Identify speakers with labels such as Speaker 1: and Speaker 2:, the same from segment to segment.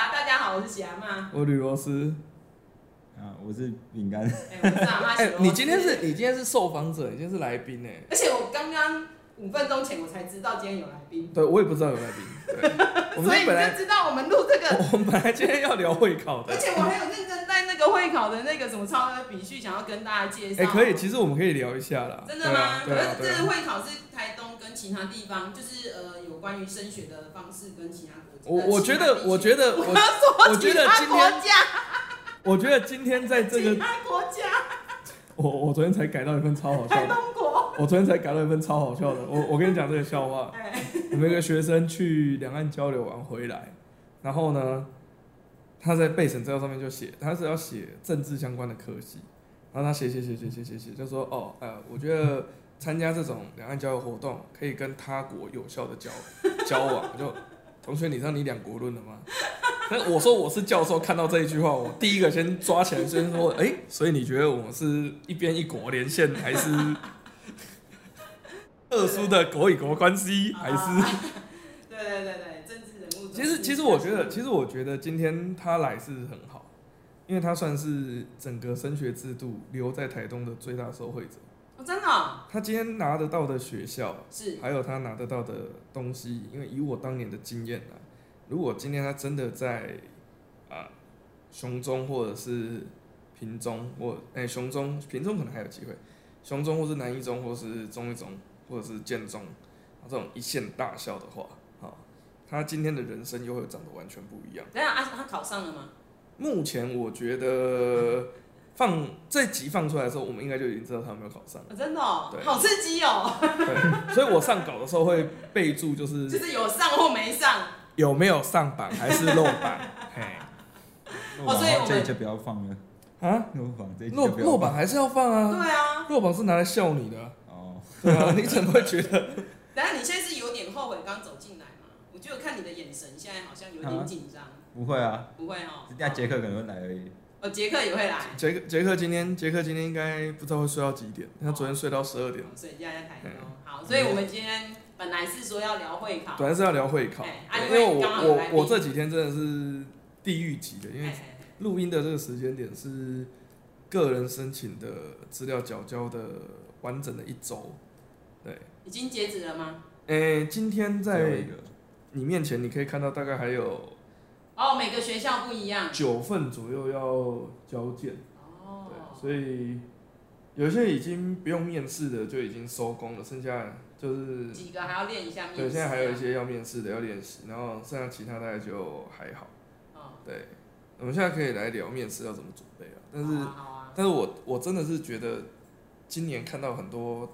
Speaker 1: 我是阿 妈，
Speaker 2: 我吕罗斯。
Speaker 3: 啊，我是饼干，
Speaker 1: 哎、我是阿妈。
Speaker 2: 哎、
Speaker 1: 许罗斯
Speaker 2: 你今天是，你今天是受访者，你今天是来宾哎、
Speaker 1: 而且我刚刚五分钟前我才知道今天有来宾，
Speaker 2: 对，我也不知道有来宾。对， 我们
Speaker 1: 所以
Speaker 2: 今天
Speaker 1: 你
Speaker 2: 本来
Speaker 1: 就知道我们录这个。
Speaker 2: 我们本来今天要聊会考 的
Speaker 1: 而。且我还有认真在那个会考的那个什么超额比序，想要跟大家介绍。
Speaker 2: 哎、可以，其实我们可以聊一下啦。
Speaker 1: 真的吗？可
Speaker 2: 对啊，对
Speaker 1: 是
Speaker 2: 啊，
Speaker 1: 这
Speaker 2: 对啊。
Speaker 1: 个会考是台东跟其他地方，就是呃有关于升学的方式跟其他国家。
Speaker 2: 我我觉
Speaker 1: 其他地
Speaker 2: 得，
Speaker 1: 区
Speaker 2: 我觉得，
Speaker 1: 我
Speaker 2: 我
Speaker 1: 要说
Speaker 2: 我觉得
Speaker 1: 其他
Speaker 2: 今
Speaker 1: 国
Speaker 2: 天
Speaker 1: 家，
Speaker 2: 我觉得今天在这
Speaker 1: 其
Speaker 2: 个，
Speaker 1: 他国家，
Speaker 2: 我我昨天才改到一份超好笑
Speaker 1: 台
Speaker 2: 的，
Speaker 1: 东国。
Speaker 2: 我昨天才改到一份超好笑的。我我跟你讲这个笑话，
Speaker 1: 哎，
Speaker 2: 我们有一个学生去两岸交流完回来，然后呢，他在备审资料上面就写，他是要写政治相关的科系，然后他写写写写写写写，就说哦，呃，我觉得参加这种两岸交流活动可以跟他国有效的交交往。我就同学，你知道你两国论了吗？ 那我说我是教授，看到这一句话，我第一个先抓起来，先说，哎、所以你觉得我们是一边一国连线，还是 特殊的国与国关系，还是？
Speaker 1: 对对对对，政治人物。
Speaker 2: 其实，其实我觉得，其实我觉得今天他来是很好，因为他算是整个升学制度留在台东的最大受惠者。
Speaker 1: 哦真的哦
Speaker 2: 他今天拿得到的学校，
Speaker 1: 是
Speaker 2: 还有他拿得到的东西，因为以我当年的经验啊，如果今天他真的在啊雄中或者是屏中，或哎、雄中屏中可能还有机会，雄中或是南一中或是中一中或者是建中啊这种一线大校的话，啊，他今天的人生又会长得完全不一样。
Speaker 1: 等一下啊，他考上了吗？
Speaker 2: 目前我觉得放这集放出来的时候，我们应该就已经知道他有没有考上了。
Speaker 1: 哦真的哦
Speaker 2: 对，
Speaker 1: 好刺激哦！
Speaker 2: 对，所以我上稿的时候会备注就是
Speaker 1: 就是有上或没上，
Speaker 2: 有没有上榜还是漏 榜？嘿，
Speaker 1: 哦所以我们
Speaker 3: 这一集就不要放了，
Speaker 2: 啊，
Speaker 3: 落榜这一集
Speaker 2: 落
Speaker 3: 就不要
Speaker 2: 落榜
Speaker 3: 放。
Speaker 2: 还是要放啊，
Speaker 1: 对啊。
Speaker 2: 落榜是拿来笑你的啊，
Speaker 3: 哦，
Speaker 2: 对 啊，你怎么会觉得？
Speaker 1: 等一下你现在是有点后悔刚走进来吗？我觉得我看你的眼神，现在好像有
Speaker 3: 啊
Speaker 1: 点紧张，
Speaker 3: 不会
Speaker 2: 嗯
Speaker 3: 啊，
Speaker 1: 不会哦。
Speaker 3: 人家杰克可能会来而已。
Speaker 1: 哦，杰克也会来。
Speaker 2: 杰克杰克今天杰克今天应该不知道会睡到几点，他昨天睡到十二点，
Speaker 1: 所以现在在台东。好，所以我们今天本来是说要聊会考，
Speaker 2: 本来是要聊会考
Speaker 1: 哎，啊因
Speaker 2: 对因
Speaker 1: 为
Speaker 2: 为我
Speaker 1: 刚好有来
Speaker 2: 我我
Speaker 1: 宾
Speaker 2: 这几天真的是地狱级的，因为
Speaker 1: 哎哎哎
Speaker 2: 录音的这个时间点是个人申请的资料缴交的完整的一周，对，
Speaker 1: 已经截止了吗？
Speaker 2: 诶、今天
Speaker 3: 最后
Speaker 2: 在
Speaker 3: 一个，
Speaker 2: 你面前你可以看到大概还有。
Speaker 1: 哦，每个学校不一样。
Speaker 2: 九份左右要交件，对，
Speaker 1: 哦，
Speaker 2: 所以有些已经不用面试的就已经收工了，剩下就是
Speaker 1: 几个还要练一下面试。
Speaker 2: 嗯
Speaker 1: 啊
Speaker 2: 对，现在还有一。些要面试的要练习，然后剩下其他大概就还好。
Speaker 1: 哦，
Speaker 2: 对，我们现在可以来聊面试要怎么准备了，但是、
Speaker 1: 好啊好啊，
Speaker 2: 但是我我真的是觉得今年看到很多，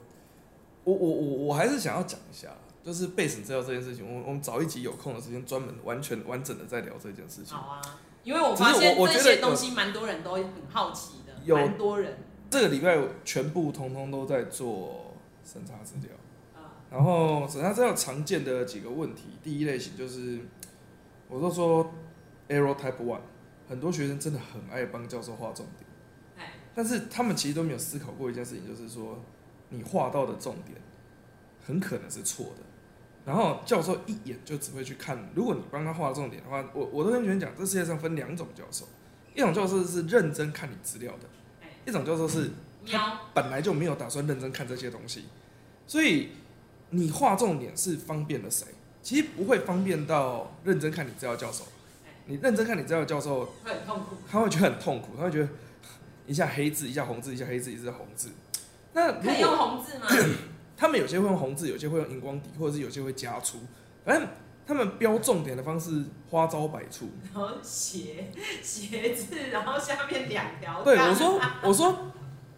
Speaker 2: 我我我我还是想要讲一下，就是备审资料这件事情，我我们找一集有空的时间专门完全完整的在聊这件事情
Speaker 1: 好。啊，因为我
Speaker 2: 只是我
Speaker 1: 发现
Speaker 2: 我
Speaker 1: 这
Speaker 2: 觉得
Speaker 1: 些
Speaker 2: 有
Speaker 1: 东西蛮多人都很好奇的，
Speaker 2: 有
Speaker 1: 蛮多人。
Speaker 2: 这个礼拜全部通通都在做审查资料，
Speaker 1: 啊，
Speaker 2: 然后审查资料常见的几个问题，第一类型就是我都说 error type one，很多学生真的很爱帮教授画重点，
Speaker 1: 哎，
Speaker 2: 但是他们其实都没有思考过一件事情，就是说你画到的重点很可能是错的。然后教授一眼就只会去看，如果你帮他画重点的话，我我都跟学生讲，这世界上分两种教授，一种教授是认真看你资料的
Speaker 1: 哎，
Speaker 2: 一种教授是
Speaker 1: 喵，
Speaker 2: 本来就没有打算认真看这些东西，所以你划重点是方便了谁？其实不会方便到认真看你资料教授。你认真看你资料教授，
Speaker 1: 会很痛苦。
Speaker 2: 他会觉得很痛苦，他会觉得一下黑字，一下红字，一下黑字，一下红字。那如
Speaker 1: 可以
Speaker 2: 果
Speaker 1: 用红 字吗？
Speaker 2: 他们有些会用红字，有些会用荧光底，或者是有些会加粗，反正他们标重点的方式花招百出。
Speaker 1: 然后斜斜字，然后下面两条杠。
Speaker 2: 对，我说，我说，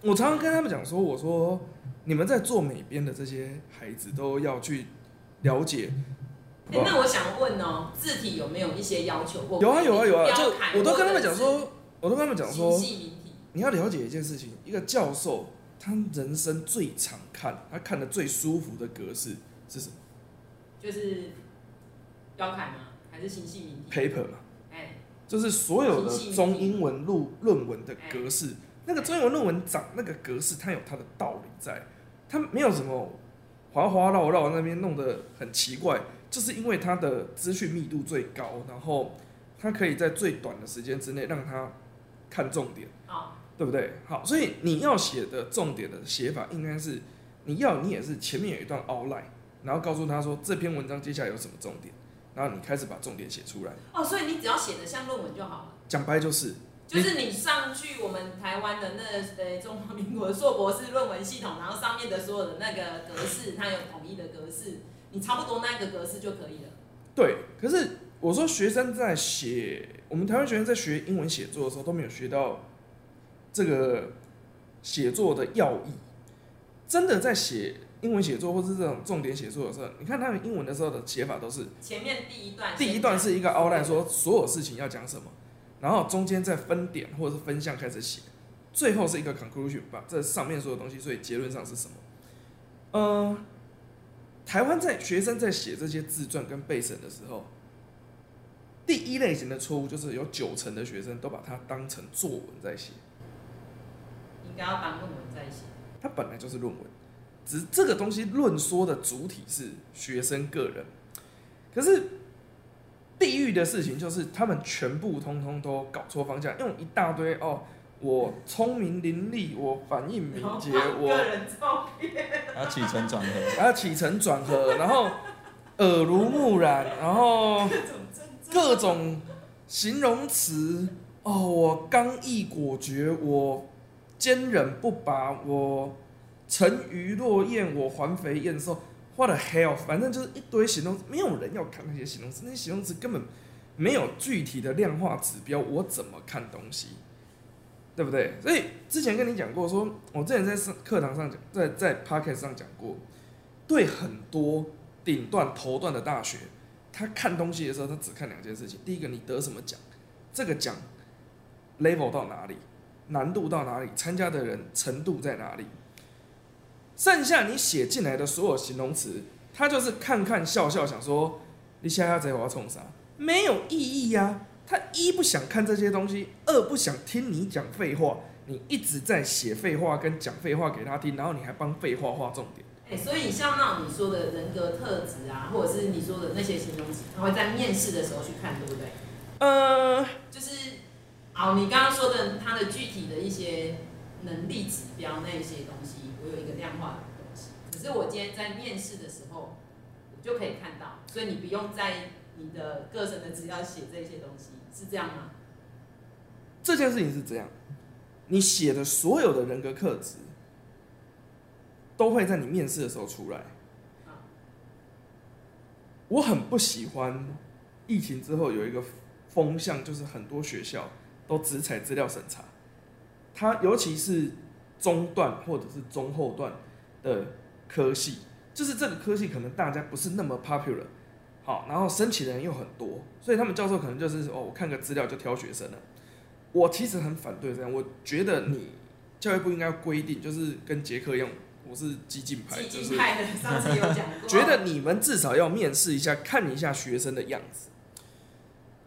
Speaker 2: 我常常跟他们讲说，我说你们在做美编的这些孩子都要去了解。
Speaker 1: 哎、那我想问哦，字体有没有一些要求？我
Speaker 2: 有啊有啊有啊，
Speaker 1: 标
Speaker 2: 就
Speaker 1: 楷
Speaker 2: 我都跟他们讲
Speaker 1: 或者
Speaker 2: 说，我都跟他们
Speaker 1: 是
Speaker 2: 讲说
Speaker 1: 形，系名体
Speaker 2: 你要了解一件事情，一个教授他人生最常看，他看的最舒服的格式是什么
Speaker 1: 就是标楷吗？还是形系名体？
Speaker 2: ？paper 嘛，
Speaker 1: 哎、
Speaker 2: 就是所有
Speaker 1: 信息名
Speaker 2: 的中
Speaker 1: 义
Speaker 2: 英文论论文的格式，那个中英文论文长那个格式，它有它的道理在，它没有什么滑滑绕绕那边弄得很奇怪，就是因为它的资讯密度最高，然后他可以在最短的时间之内让他看重点，
Speaker 1: 好，
Speaker 2: 对不对？好，所以你要写的重点的写法应该是，你要你也是前面有一段 outline，然后告诉他说这篇文章接下来有什么重点，然后你开始把重点写出来。
Speaker 1: 哦，所以你只要写的像论文就好了。
Speaker 2: 讲白就是，
Speaker 1: 就是你上去我们台湾的那呃中华民国的硕博士论文系统，然后上面的所有的那个格式，它有统一的格式，你差不多那个格式就可以了。
Speaker 2: 对，可是我说学生在写，我们台湾学生在学英文写作的时候都没有学到这个写作的要义。真的在写英文写作或是这种重点写作的时候，你看他们英文的时候的写法都是
Speaker 1: 前面第一段，
Speaker 2: 第一段是一个 outline，说所有事情要讲什么，然后中间再分点或者是分项开始写，最后是一个 conclusion，把这上面所有东西，所以结论上是什么？呃，台湾在学生在写这些自传跟备审的时候，第一类型的错误就是有九成的学生都把它当成作文在写，
Speaker 1: 应该要把论文再写。
Speaker 2: 它本来就是论文，只是这个东西论说的主体是学生个人。可是地狱的事情就是他们全部通通都搞错方向，用一大堆哦，我聪明伶俐，我反应敏 捷，
Speaker 1: 然后放个
Speaker 2: 我
Speaker 1: 人照片，
Speaker 3: 然后起承转合，
Speaker 2: 还要起承转合，然后耳濡目染，然后
Speaker 1: 各种真正
Speaker 2: 各种形容词哦，我刚毅果决，我坚忍不拔，我沉鱼落雁，我环肥燕瘦。What the hell？反正就是一堆形容词，没有人要看那些形容词，那些形容词根本没有具体的量化指标，我怎么看东西？对不对？所以之前跟你讲过说我之前在上课堂上讲，在在 p o c k e t 上讲过，对很多顶段头段的大学，他看东西的时候，他只看两件事情：第一个，你得什么奖，这个奖 level 到哪里，难度到哪里，参加的人程度在哪里。剩下你写进来的所有形容词，他就是看看笑笑，想说你下下贼我要冲啥，没有意义呀、他一不想看这些东西，二不想听你讲废话，你一直在写废话跟讲废话给他听，然后你还帮废话画重点。
Speaker 1: 哎、所以像那种你说的人格特质啊，或者是你说的那些形容词，他会在面试的时候去看，对不对？
Speaker 2: 呃，
Speaker 1: 就是，好，你刚刚说的他的具体的一些能力指标那一些东西，我有一个量化的东西。可是我今天在面试的时候，我就可以看到，所以你不用在你的个人的资料写这些东西，是这样吗？
Speaker 2: 这件事情是这样，你写的所有的人格特质，都会在你面试的时候出来
Speaker 1: 啊。
Speaker 2: 我很不喜欢疫情之后有一个风向，就是很多学校都只采资料审查，它尤其是中段或者是中后段的科系，就是这个科系可能大家不是那么 popular。好，然后申请人又很多，所以他们教授可能就是哦，我看个资料就挑学生了。我其实很反对这样，我觉得你教育部应该规定，就是跟杰克一样，我是激进派，
Speaker 1: 激
Speaker 2: 就是
Speaker 1: 进派的上次有讲过，
Speaker 2: 觉得你们至少要面试一下，看一下学生的样子。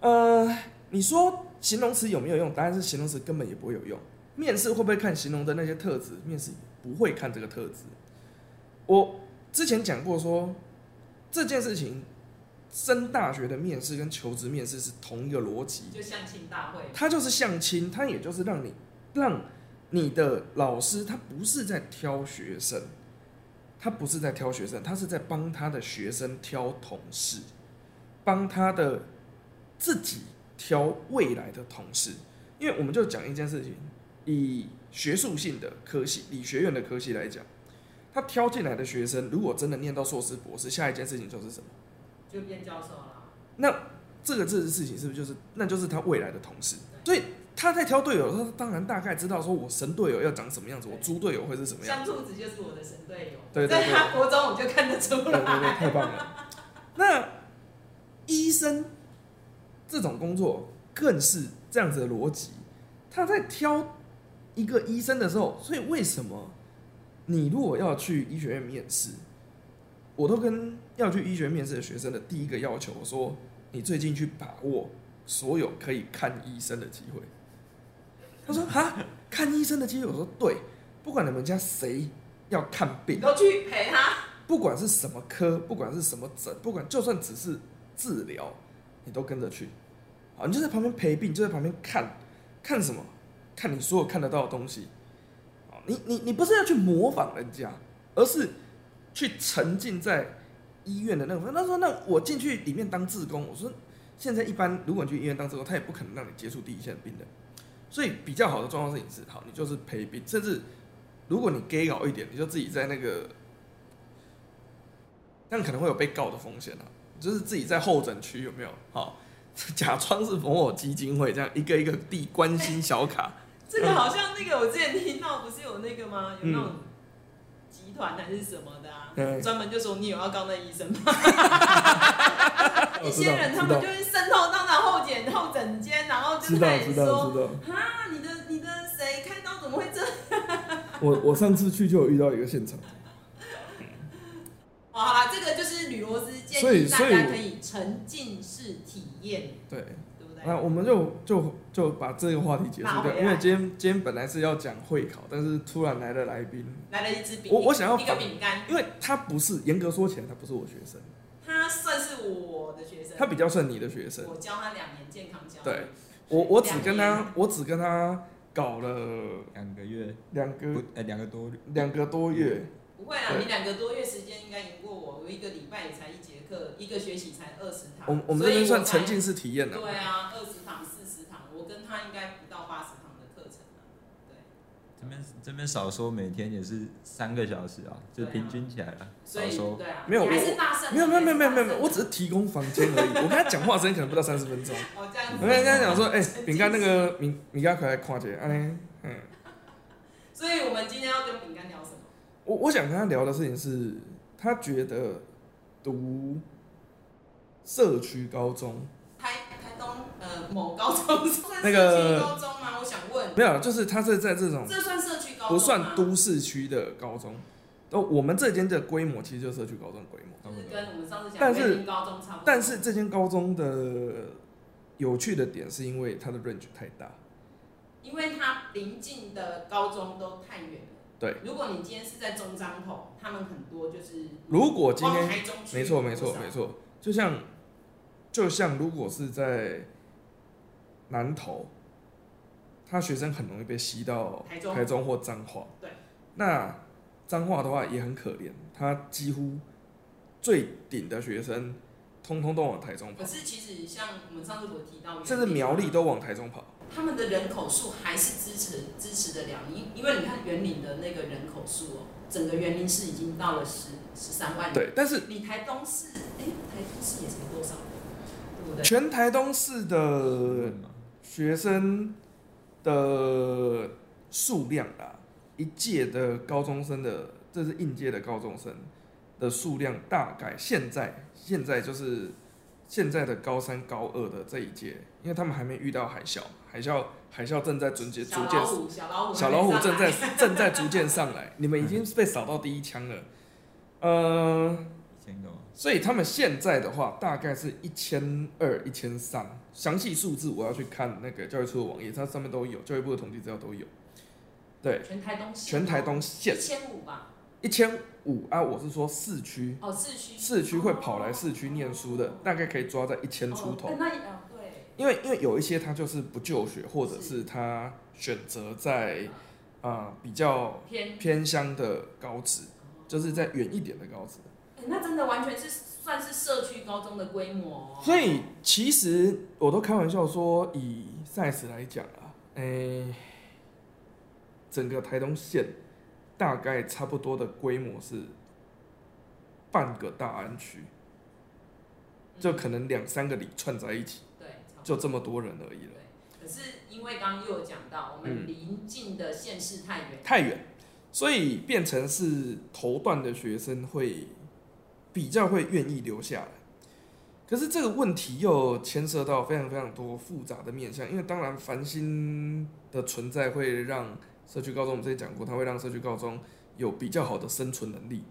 Speaker 2: 呃，你说形容词有没有用？答案是形容词根本也不会有用。面试会不会看形容的那些特质？面试不会看这个特质。我之前讲过说，这件事情升大学的面试跟求职面试是同一个逻辑。
Speaker 1: 就相亲大会，
Speaker 2: 它就是相亲，它也就是让你让你的老师，他不是在挑学生，他不是在挑学生，他是在帮他的学生挑同事，帮他的自己挑未来的同事。因为我们就讲一件事情，以学术性的科系、理学院的科系来讲，他挑进来的学生，如果真的念到硕士、博士，下一件事情就是什么？
Speaker 1: 就变教授了。
Speaker 2: 这个这个事情是不是就是那就是他未来的同事？所以他在挑队友的时候，他当然大概知道说我神队友要长什么样子，我猪队友会是什么样
Speaker 1: 像
Speaker 2: 子。
Speaker 1: 兔子就是我的神队友，
Speaker 2: 对对
Speaker 1: 在
Speaker 2: 对
Speaker 1: 他国中我就看得出
Speaker 2: 对
Speaker 1: 来
Speaker 2: 对。对，太棒了。那医生这种工作更是这样子的逻辑，他在挑一个医生的时候，所以为什么你如果要去医学院面试，我都跟要去医学院面试的学生的第一个要求我说，你最近去把握所有可以看医生的机会。他说哈，看医生的机会，我说对，不管你们家谁要看病
Speaker 1: 你，都去陪他，
Speaker 2: 不管是什么科，不管是什么诊，不管就算只是治疗，你都跟着去。啊，你就在旁边陪病，就在旁边看，看什么？看你所有看得到的东西。啊，你你你不是要去模仿人家，而是去沉浸在医院的那种。那说那我进去里面当志工，我说现在一般如果你去医院当志工，他也不可能让你接触第一线的病人。所以比较好的状况是你是好，你就是陪病，甚至如果你 gay 搞一点，你就自己在那个，但可能会有被告的风险啊。就是自己在候诊区有没有好， 假装是某某基金会这样一个一个递关心小卡，
Speaker 1: 这个好像那个我之前听到不是有那个吗？有那种集团还是什么的啊
Speaker 2: 嗯，
Speaker 1: 专、门就说你有要告那医 生吗？一
Speaker 2: 知
Speaker 1: 些
Speaker 2: 道
Speaker 1: 人他
Speaker 2: 知
Speaker 1: 们
Speaker 2: 道
Speaker 1: 就会渗透到那后检后诊间，然后哦就
Speaker 2: 知道
Speaker 1: 开始
Speaker 2: 知道
Speaker 1: 说
Speaker 2: 知道。
Speaker 1: 啊，你的你的谁开刀怎么会这 样？
Speaker 2: 我我上次去就有遇到一个现场，
Speaker 1: 哇，好啦，这个就是吕罗斯建
Speaker 2: 所以
Speaker 1: 议大
Speaker 2: 所以
Speaker 1: 家
Speaker 2: 我
Speaker 1: 可以沉浸式体验，
Speaker 2: 对，
Speaker 1: 对不对？
Speaker 2: 啊那我们就就就把这个话题结束
Speaker 1: 拉回
Speaker 2: 掉，
Speaker 1: 来
Speaker 2: 因为今天今天本来是要讲会考，但是突然来了来宾，
Speaker 1: 来了一支饼，
Speaker 2: 我我想要
Speaker 1: 一个
Speaker 2: 反
Speaker 1: 饼干，
Speaker 2: 因为他不是严格说起来他不是我学生，
Speaker 1: 他算是我的学生，
Speaker 2: 他比较算你的学生，
Speaker 1: 我教他两年健康教育，
Speaker 2: 对我我只
Speaker 1: 两
Speaker 2: 跟
Speaker 1: 年
Speaker 2: 他我只跟他搞了
Speaker 3: 两个月
Speaker 2: 两个
Speaker 3: 不，呃，两个多月，
Speaker 2: 两个多月，
Speaker 1: 不会啊，
Speaker 2: 对
Speaker 1: 你两个多月时间应该赢过我，我一个礼拜才一节课，一个学期才二十堂。
Speaker 2: 我们我们
Speaker 1: 所
Speaker 2: 这
Speaker 1: 以
Speaker 2: 边算
Speaker 1: 才
Speaker 2: 沉浸式体验了。
Speaker 1: 对啊，二十堂、四十堂，我跟他应该不到八十堂的课程啊对，
Speaker 3: 这边这边少说每天也是三个小时啊，
Speaker 1: 对
Speaker 3: 就
Speaker 1: 啊
Speaker 3: 平均起来了，
Speaker 1: 所
Speaker 3: 少
Speaker 1: 以
Speaker 3: 说
Speaker 1: 对啊，
Speaker 2: 没有
Speaker 1: 你还
Speaker 2: 我
Speaker 1: 是大胜，
Speaker 2: 没有没有没有没有
Speaker 1: 你
Speaker 2: 没
Speaker 1: 还
Speaker 2: 有
Speaker 1: 是
Speaker 2: 没
Speaker 1: 大
Speaker 2: 有，
Speaker 1: 胜
Speaker 2: 我只是提供房间而已。我跟他讲话时间可能不到三十分钟，
Speaker 1: 哦这样
Speaker 2: 我
Speaker 1: 子，
Speaker 2: 跟他讲说，哎、
Speaker 1: 沉浸式
Speaker 2: 饼干那个米米干回来看一下，安尼，嗯，
Speaker 1: 所以我们今天要跟饼干聊什么？
Speaker 2: 我我想跟他聊的事情是，他觉得读社区高中
Speaker 1: 台台东呃某高中算
Speaker 2: 那
Speaker 1: 社
Speaker 2: 个
Speaker 1: 区高中吗？我想问，
Speaker 2: 没有，就是他是在这种
Speaker 1: 这算社区高中吗
Speaker 2: 不算，都市区的高中，哦，我们这间的规模其实就是社区高中的规模。
Speaker 3: 差
Speaker 1: 就
Speaker 3: 不
Speaker 1: 是
Speaker 3: 多。
Speaker 1: 跟我们上次讲
Speaker 2: 但是
Speaker 1: 的高中差不多，
Speaker 2: 但是这间高中的有趣的点是因为它的 range 太大，
Speaker 1: 因为它临近的高中都太远了。
Speaker 2: 对，
Speaker 1: 如果你今天是在中彰头，他们很多就是
Speaker 2: 如果今
Speaker 1: 往
Speaker 2: 天
Speaker 1: 台中去，
Speaker 2: 没错没错没，错，就像就像如果是在南投，他学生很容易被吸到
Speaker 1: 台中
Speaker 2: 台中或彰化，
Speaker 1: 对，
Speaker 2: 那彰化的话也很可怜，他几乎最顶的学生通通都往台中跑
Speaker 1: 可，是其实像我们上次我提到，
Speaker 2: 甚至苗栗，都往台中跑。
Speaker 1: 他们的人口数还是支持支持得了，因因为你看园林的那个人口数哦，整个园林市已经到了十十三万人，
Speaker 2: 对，但是
Speaker 1: 你台东市，哎、台东市也才多少人，对不对？
Speaker 2: 全台东市的
Speaker 3: 嗯
Speaker 2: 学生的数量啊，一届的高中生的，这是应届的高中生的数量，大概现在现在就是现在的高三、高二的这一届，因为他们还没遇到海啸，海啸海啸正在逐渐逐
Speaker 1: 小
Speaker 2: 渐
Speaker 1: 老虎，小老虎，
Speaker 2: 小老虎正在正在逐渐 上来，你们已经被扫到第一枪了，呃。
Speaker 3: 以前有
Speaker 2: 所以他们现在的话，大概是一千二、一千三，详细数字我要去看那个教育处的网页，它上面都有，教育部的统计资料都有。对，
Speaker 1: 全台东市，
Speaker 2: 全台东县
Speaker 1: 一千五吧，
Speaker 2: 一千五啊，我是说市区，
Speaker 1: 哦，市区，
Speaker 2: 市区会跑来市区念书的，大概可以抓在一千出头
Speaker 1: 哦。那哦对，
Speaker 2: 因为因为有一些他就是不就学，或者是他选择在啊、呃比较
Speaker 1: 偏、
Speaker 2: 偏乡的高职，就是在远一点的高职。
Speaker 1: 哎那真的完全是算是社区高中的规模、哦。
Speaker 2: 所以其实我都开玩笑说，以 size 来讲啊，诶、整个台东县大概差不多的规模是半个大安区，就可能两三个里串在一起，
Speaker 1: 嗯对，差不多
Speaker 2: 就这么多人而已了。
Speaker 1: 可是因为刚刚又有讲到，我们邻近的县市太远，
Speaker 2: 嗯太远，所以变成是头段的学生会比较会愿意留下来。可是这个问题又牵涉到非常非常多复杂的面向，因为当然繁星的存在会让社区高中，我们之前讲过，它会让社区高中有比较好的生存能力。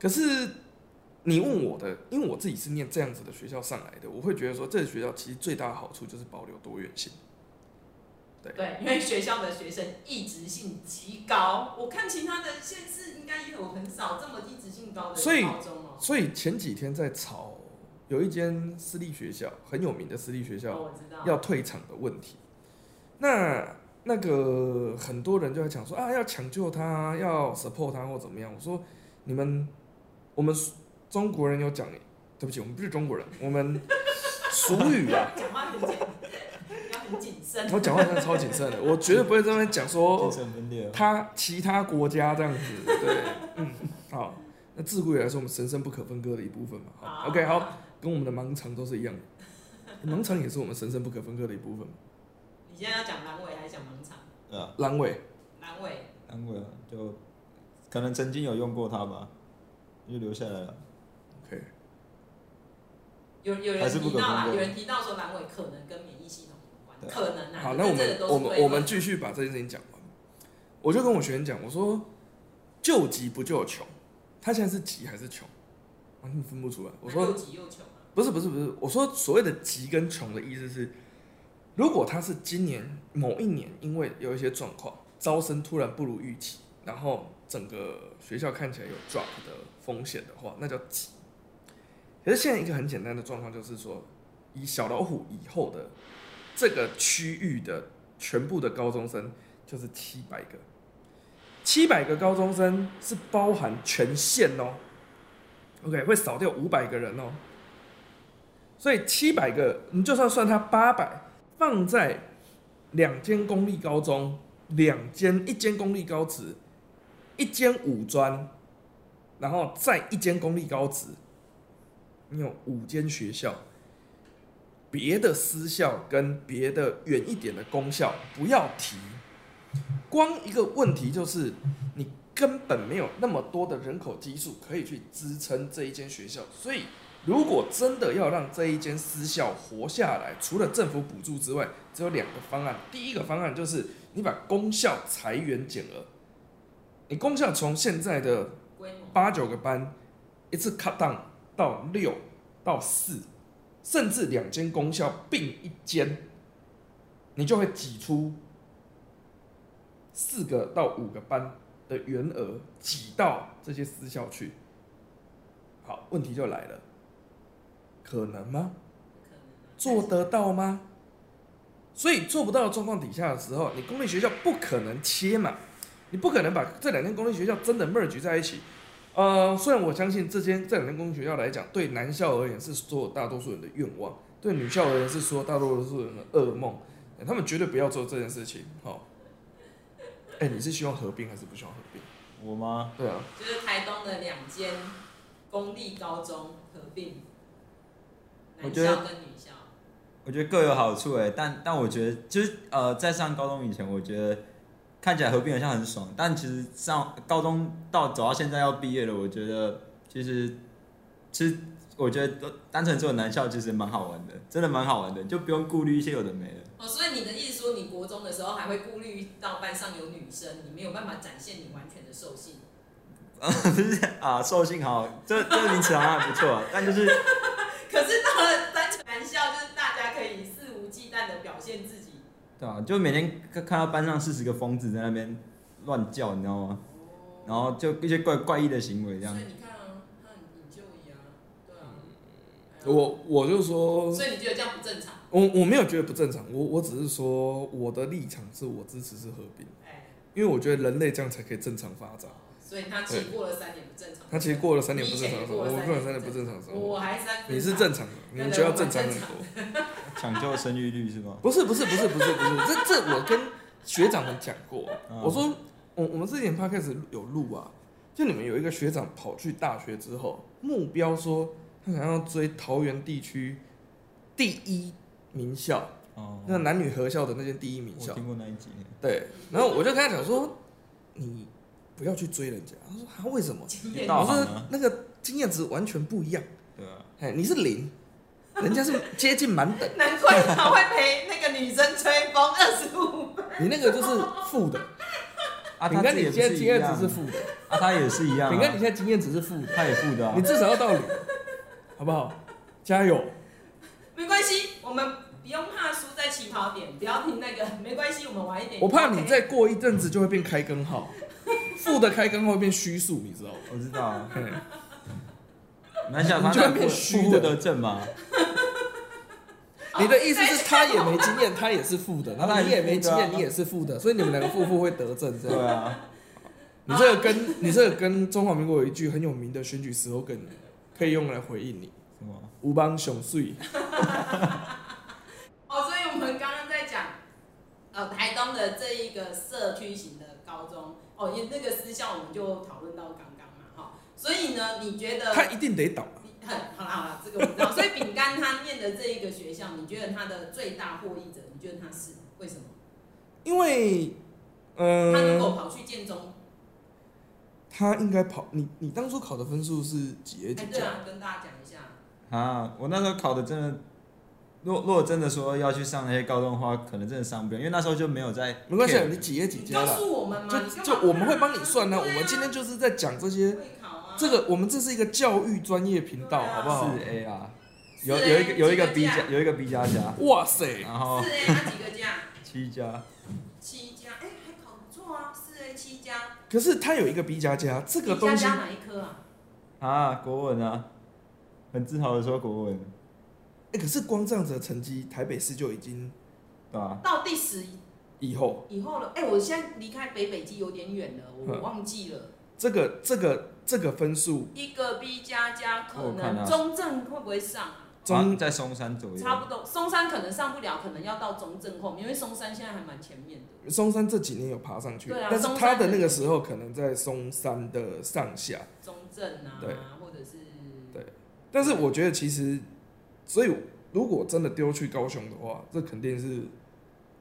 Speaker 2: 可是你问我的，因为我自己是念这样子的学校上来的，我会觉得说，这个学校其实最大的好处就是保留多元性。
Speaker 1: 对，因为学校的学生异质性极高，我看其他的县市应该也有很少这么异质性高的
Speaker 2: 所以
Speaker 1: 高中哦。
Speaker 2: 所以前几天在吵有一间私立学校很有名的私立学校，
Speaker 1: 哦我知道，
Speaker 2: 要退场的问题。那那个很多人就在讲说啊，要抢救他，要 support 他或怎么样。我说你们，我们中国人有讲，对不起，我们不是中国人，我们俗语 啊，
Speaker 1: 讲话很谨，要很谨慎。
Speaker 2: 我讲话真的超谨慎的，我绝对不会这么讲说
Speaker 3: 精神分裂哦。
Speaker 2: 他其他国 家这样子，对，嗯，好，那自古以来是我们神圣不可分割的一部分嘛。好，OK，好，，跟我们的盲肠都是一样的，盲肠也是我们神圣不可分割的一部分。
Speaker 1: 你现在要讲阑尾还是讲盲肠？
Speaker 3: 对啊，
Speaker 2: 阑尾。
Speaker 1: 阑尾，
Speaker 3: 安慰啊，就可能曾经有用过它吧，就留下来了。
Speaker 2: OK，
Speaker 1: 有有
Speaker 3: 还
Speaker 1: 人
Speaker 3: 是不
Speaker 1: 提
Speaker 3: 可
Speaker 1: 到啦，
Speaker 3: 分
Speaker 1: 有
Speaker 3: 割
Speaker 1: 人提到说阑尾可能跟免疫系统有关，
Speaker 3: 对啊
Speaker 1: 可能啊。
Speaker 2: 好，
Speaker 1: 可
Speaker 2: 那
Speaker 1: 是
Speaker 2: 我
Speaker 1: 这
Speaker 2: 们
Speaker 1: 个都是啊
Speaker 2: 我们
Speaker 1: 推
Speaker 2: 我
Speaker 1: 论
Speaker 2: 们继续把这件事情讲完。我就跟我学员讲，我说救急不救穷，他现在是急还是穷？完全分不出来。我
Speaker 1: 又
Speaker 2: 说
Speaker 1: 急又穷啊，
Speaker 2: 不是不是不是，我说所谓的急跟穷的意思是，如果他是今年某一年因为有一些状况，招生突然不如预期，然后整个学校看起来有 drop 的风险的话，那叫急。可是现在一个很简单的状况就是说，以小老虎以后的这个区域的全部的高中生就是七百个，七百个高中生是包含全县哦，OK 会少掉五百个人哦，所以七百个你就算算他八百放在两间公立高中，两间一间公立高职，一间五专，然后再一间公立高职，你有五间学校，别的私校跟别的远一点的公校不要提，光一个问题就是你根本没有那么多的人口基数可以去支撑这一间学校，所以如果真的要让这一间私校活下来，除了政府补助之外，只有两个方案。第一个方案就是你把公校裁员减额，你公校从现在的
Speaker 1: 规模
Speaker 2: 八九个班，一次 cut down 到六到四，甚至两间公校并一间，你就会挤出四个到五个班的员额挤到这些私校去。好，问题就来了，可能吗？
Speaker 1: 可能啊
Speaker 2: 做得到吗？所以做不到的状况底下的时候，你公立学校不可能切嘛，你不可能把这两间公立学校真的 merge 在一起。呃，虽然我相信这间这两间公立学校来讲，对男校而言是所有大多数人的愿望，对女校而言是所有大多数人的噩梦，呃他们绝对不要做这件事情。好、哎、你是希望合并还是不希望合并？
Speaker 3: 我吗？
Speaker 2: 对啊，
Speaker 1: 就是台东的两间公立高中合并，
Speaker 3: 我
Speaker 1: 男
Speaker 3: 觉
Speaker 1: 校
Speaker 3: 得
Speaker 1: 跟女校。
Speaker 3: 我觉得各有好处哎，但但我觉得就是呃，在上高中以前，我觉得看起来合并好像很爽，但其实上高中到走到现在要毕业了，我觉得其实其实我觉得单纯做男校其实蛮好玩的，真的蛮好玩的，就不用顾虑一些有的没的。
Speaker 1: 哦，所以你的意思说，你国中的时候还会顾虑到班上有女生，你没有办法展现你完全的兽性。
Speaker 3: 不是啊，兽性好，这这个名词好像还不错，但就是
Speaker 1: 可是到了单纯男校，就是大家可以肆无忌惮的表现自己。
Speaker 3: 对啊，就每天看看到班上四十个疯子在那边乱叫，你知道吗？然后就一些怪怪异的行为这样
Speaker 1: 所以。你看啊，他很引咎一啊，对啊。哎呀
Speaker 2: 我我就说，
Speaker 1: 所以你觉得这样不正常？
Speaker 2: 我我没有觉得不正常，我我只是说我的立场是我支持是合并。
Speaker 1: 哎，
Speaker 2: 因为我觉得人类这样才可以正常发展。
Speaker 1: 所以他其实过了三年不正常。
Speaker 2: 他其实过了三年不正常
Speaker 1: 你以
Speaker 2: 的生
Speaker 1: 前
Speaker 2: 活，
Speaker 1: 过了
Speaker 2: 我
Speaker 1: 三
Speaker 2: 过了
Speaker 1: 年
Speaker 2: 三年不正常的生活。
Speaker 1: 我还三。
Speaker 2: 你是正常的，你
Speaker 1: 对
Speaker 2: 们
Speaker 1: 对
Speaker 2: 就要
Speaker 1: 我们
Speaker 2: 正常很
Speaker 1: 正常
Speaker 2: 多。
Speaker 3: 抢救生育率是吗？
Speaker 2: 不是不是不是不是不是，这这我跟学长们讲过，
Speaker 3: 嗯啊
Speaker 2: 我说我我们之前 podcast 有录啊，就你们有一个学长跑去大学之后，目标说他想要追桃园地区第一名校，
Speaker 3: 哦，
Speaker 2: 那男女合校的那间第一名
Speaker 3: 我
Speaker 2: 校。
Speaker 3: 听过那一集。
Speaker 2: 对，然后我就跟他讲说，你不要去追人家。他说他为什么？
Speaker 1: 经验
Speaker 3: 大
Speaker 2: 我
Speaker 3: 行
Speaker 2: 说
Speaker 3: 啊
Speaker 2: 哎那个经验值完全不一样，
Speaker 3: 对啊，
Speaker 2: 哎，你是零，人家是接近满 等，
Speaker 1: 难怪他会陪那个女生吹风二十五分。
Speaker 2: 你那个就是负的。
Speaker 3: 啊，
Speaker 2: 饼
Speaker 3: 他
Speaker 2: 干
Speaker 3: 自
Speaker 2: 你
Speaker 3: 己也
Speaker 2: 现在
Speaker 3: 不是一
Speaker 2: 经验
Speaker 3: 样
Speaker 2: 值是负的，
Speaker 3: 啊，他也是一样
Speaker 2: 饼干你
Speaker 3: 啊，
Speaker 2: 现在经验值是负的，
Speaker 3: 他也负的啊
Speaker 2: 你。至少要到零，好不好？加油！
Speaker 1: 没关系，我们不用怕输在起跑点，不要听那个，没关系，我们
Speaker 4: 哎
Speaker 1: 晚一点。
Speaker 2: 我怕你
Speaker 1: OK
Speaker 2: 再过一阵子就会变开根 号，负的开根号会变虚数，你知道吗？
Speaker 3: 我知道啊，
Speaker 2: 嘿
Speaker 3: 南小
Speaker 2: 你
Speaker 3: 他
Speaker 2: 就会
Speaker 3: 那
Speaker 2: 变虚
Speaker 3: 负负
Speaker 2: 的
Speaker 3: 得正嘛，
Speaker 4: 你的
Speaker 1: 哦
Speaker 4: 意思是他也没经哦验，他也是负 的，然后你也没经验，你也是负的，所以你们两个负负会得正这
Speaker 3: 对
Speaker 4: 样。
Speaker 3: 啊，
Speaker 2: 你这个跟你这个跟中华民国有一句很有名的选举 slogan 可以用来回应你：
Speaker 3: 什么？
Speaker 2: 无帮熊碎。
Speaker 1: 哦，所以我们刚刚在讲，呃，台东的这一个社区型的高中，哦，也那个私校我们就讨论到刚刚嘛，哈、所以呢，你觉得
Speaker 2: 他一定得倒。
Speaker 1: 你很好啦好啦，这个我知道。所以饼干他念的这一个学校，你觉得他的最大获益者，你觉得他是为什么？
Speaker 2: 因为，
Speaker 1: 他如
Speaker 2: 嗯、
Speaker 1: 果跑去建中，
Speaker 2: 他应该跑你你当初考的分数是几 A
Speaker 1: 哎，
Speaker 2: 几
Speaker 1: 对
Speaker 2: 加？
Speaker 1: 啊，跟大家讲一下，
Speaker 3: 啊，我那时候考的真的，如果如果真的说要去上那些高中的话，可能真的上不了，因为那时候就没有在 care。
Speaker 2: 没关系啊，你几 A 几
Speaker 1: 你
Speaker 2: 加
Speaker 1: 告
Speaker 2: 啦？
Speaker 1: 诉我们嘛，你
Speaker 2: 就
Speaker 1: 干嘛
Speaker 2: 就我们会帮你算呢、
Speaker 1: 对
Speaker 2: 我
Speaker 1: 啊
Speaker 2: 们今天就是在讲这些，
Speaker 1: 会考啊，
Speaker 2: 这个我们这是一个教育专业频道，
Speaker 1: 对啊
Speaker 2: 好不好？
Speaker 3: 四 A 啊，
Speaker 1: 四
Speaker 3: 有
Speaker 1: A，
Speaker 3: 有一个有一个
Speaker 1: 几
Speaker 3: B
Speaker 1: 个加
Speaker 3: 加，有一个 B 加加，
Speaker 2: 哇塞，
Speaker 3: 然后
Speaker 1: 四 A 他几个加？
Speaker 3: 七加，
Speaker 1: 七加，哎，还考不错啊，四 A 七加，
Speaker 2: 可是他有一个 B 加加，这个东
Speaker 1: 你
Speaker 2: 西
Speaker 1: 加加哪一科啊？
Speaker 3: 啊，国文啊，很自豪的说国文，
Speaker 2: 哎、可是光这样子的成绩，台北市就已经
Speaker 3: 对吧、
Speaker 1: 到第十
Speaker 2: 以后
Speaker 1: 以后了，哎、我现在离开北北基有点远了，我
Speaker 2: 嗯
Speaker 1: 忘记了。
Speaker 2: 这个这个这个分数
Speaker 1: 一个 B 加加可
Speaker 2: 哦
Speaker 3: 我看
Speaker 1: 能
Speaker 3: 啊
Speaker 1: 中正会不会上啊？
Speaker 2: 中
Speaker 3: 啊、在松山左右，
Speaker 1: 差不多，松山可能上不了，可能要到中正后面，因为松山现在还蛮前面的。
Speaker 2: 松山这几年有爬上去，
Speaker 1: 对啊
Speaker 2: 但是
Speaker 1: 松
Speaker 2: 他
Speaker 1: 山
Speaker 2: 的那
Speaker 1: 很
Speaker 2: 个时候可能在松山的上下，
Speaker 1: 中正啊，
Speaker 2: 对
Speaker 1: 或者是
Speaker 2: 对但是我觉得其实，所以如果真的丢去高雄的话，这肯定是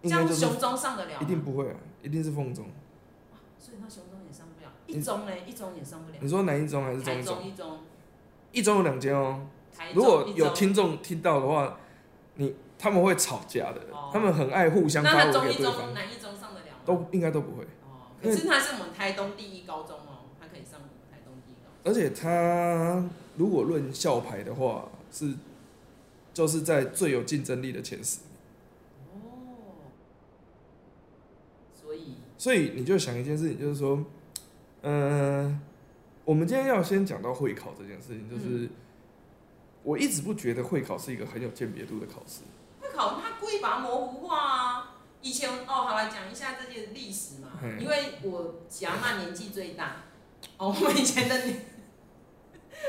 Speaker 1: 这
Speaker 2: 应该
Speaker 1: 样
Speaker 2: 就是
Speaker 1: 雄中上得了吗
Speaker 2: 一定不会啊，一定是凤中。
Speaker 1: 所以他雄中也上不了，
Speaker 2: 你
Speaker 1: 一中嘞，一中也上不了
Speaker 2: 你，说南一中还是中
Speaker 1: 台
Speaker 2: 一
Speaker 1: 中
Speaker 2: 中？
Speaker 1: 一中，
Speaker 2: 一中有两间哦。
Speaker 1: 台中
Speaker 2: 如果
Speaker 1: 一
Speaker 2: 有
Speaker 1: 中
Speaker 2: 听众听到的话，你他们会吵架的
Speaker 1: 哦，
Speaker 2: 他们很爱互相
Speaker 1: 那
Speaker 2: 发
Speaker 1: 他
Speaker 2: 文
Speaker 1: 中
Speaker 2: 给
Speaker 1: 一
Speaker 2: 对
Speaker 1: 中、
Speaker 2: 方，
Speaker 1: 南一中上得了吗？
Speaker 2: 都应该都不会。
Speaker 1: 哦，可是他是我们台东第一高中哦，他可以上我们台东第一高中。
Speaker 2: 而且他如果论校牌的话，是就是在最有竞争力的前十。
Speaker 1: 哦，所以
Speaker 2: 所以你就想一件事情，就是说，呃，我们今天要先讲到会考这件事情，就是、
Speaker 1: 嗯
Speaker 2: 我一直不觉得会考是一个很有鉴别度的考试。
Speaker 1: 会考他故意把它模糊化啊。以前哦，好来讲一下这些历史嘛，
Speaker 2: 嗯
Speaker 1: 因为我小曼年纪最大，哦，我们以前的年，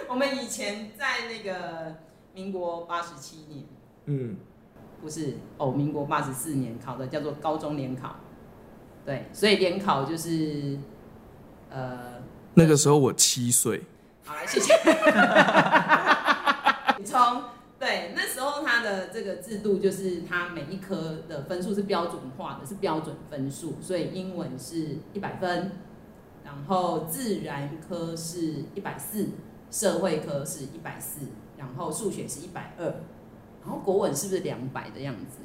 Speaker 1: 我们以前在那个民国八十七年，
Speaker 2: 嗯，
Speaker 1: 不是哦，民国八十四年考的叫做高中联考，对，所以联考就是呃
Speaker 2: 那个时候我七岁，
Speaker 1: 好了，谢谢。你从对那时候它的这个制度就是它每一科的分数是标准化的，是标准分数，所以英文是一百分，然后自然科是一百四，社会科是一百四，然后数学是一百二，然后国文是不是两百的样子？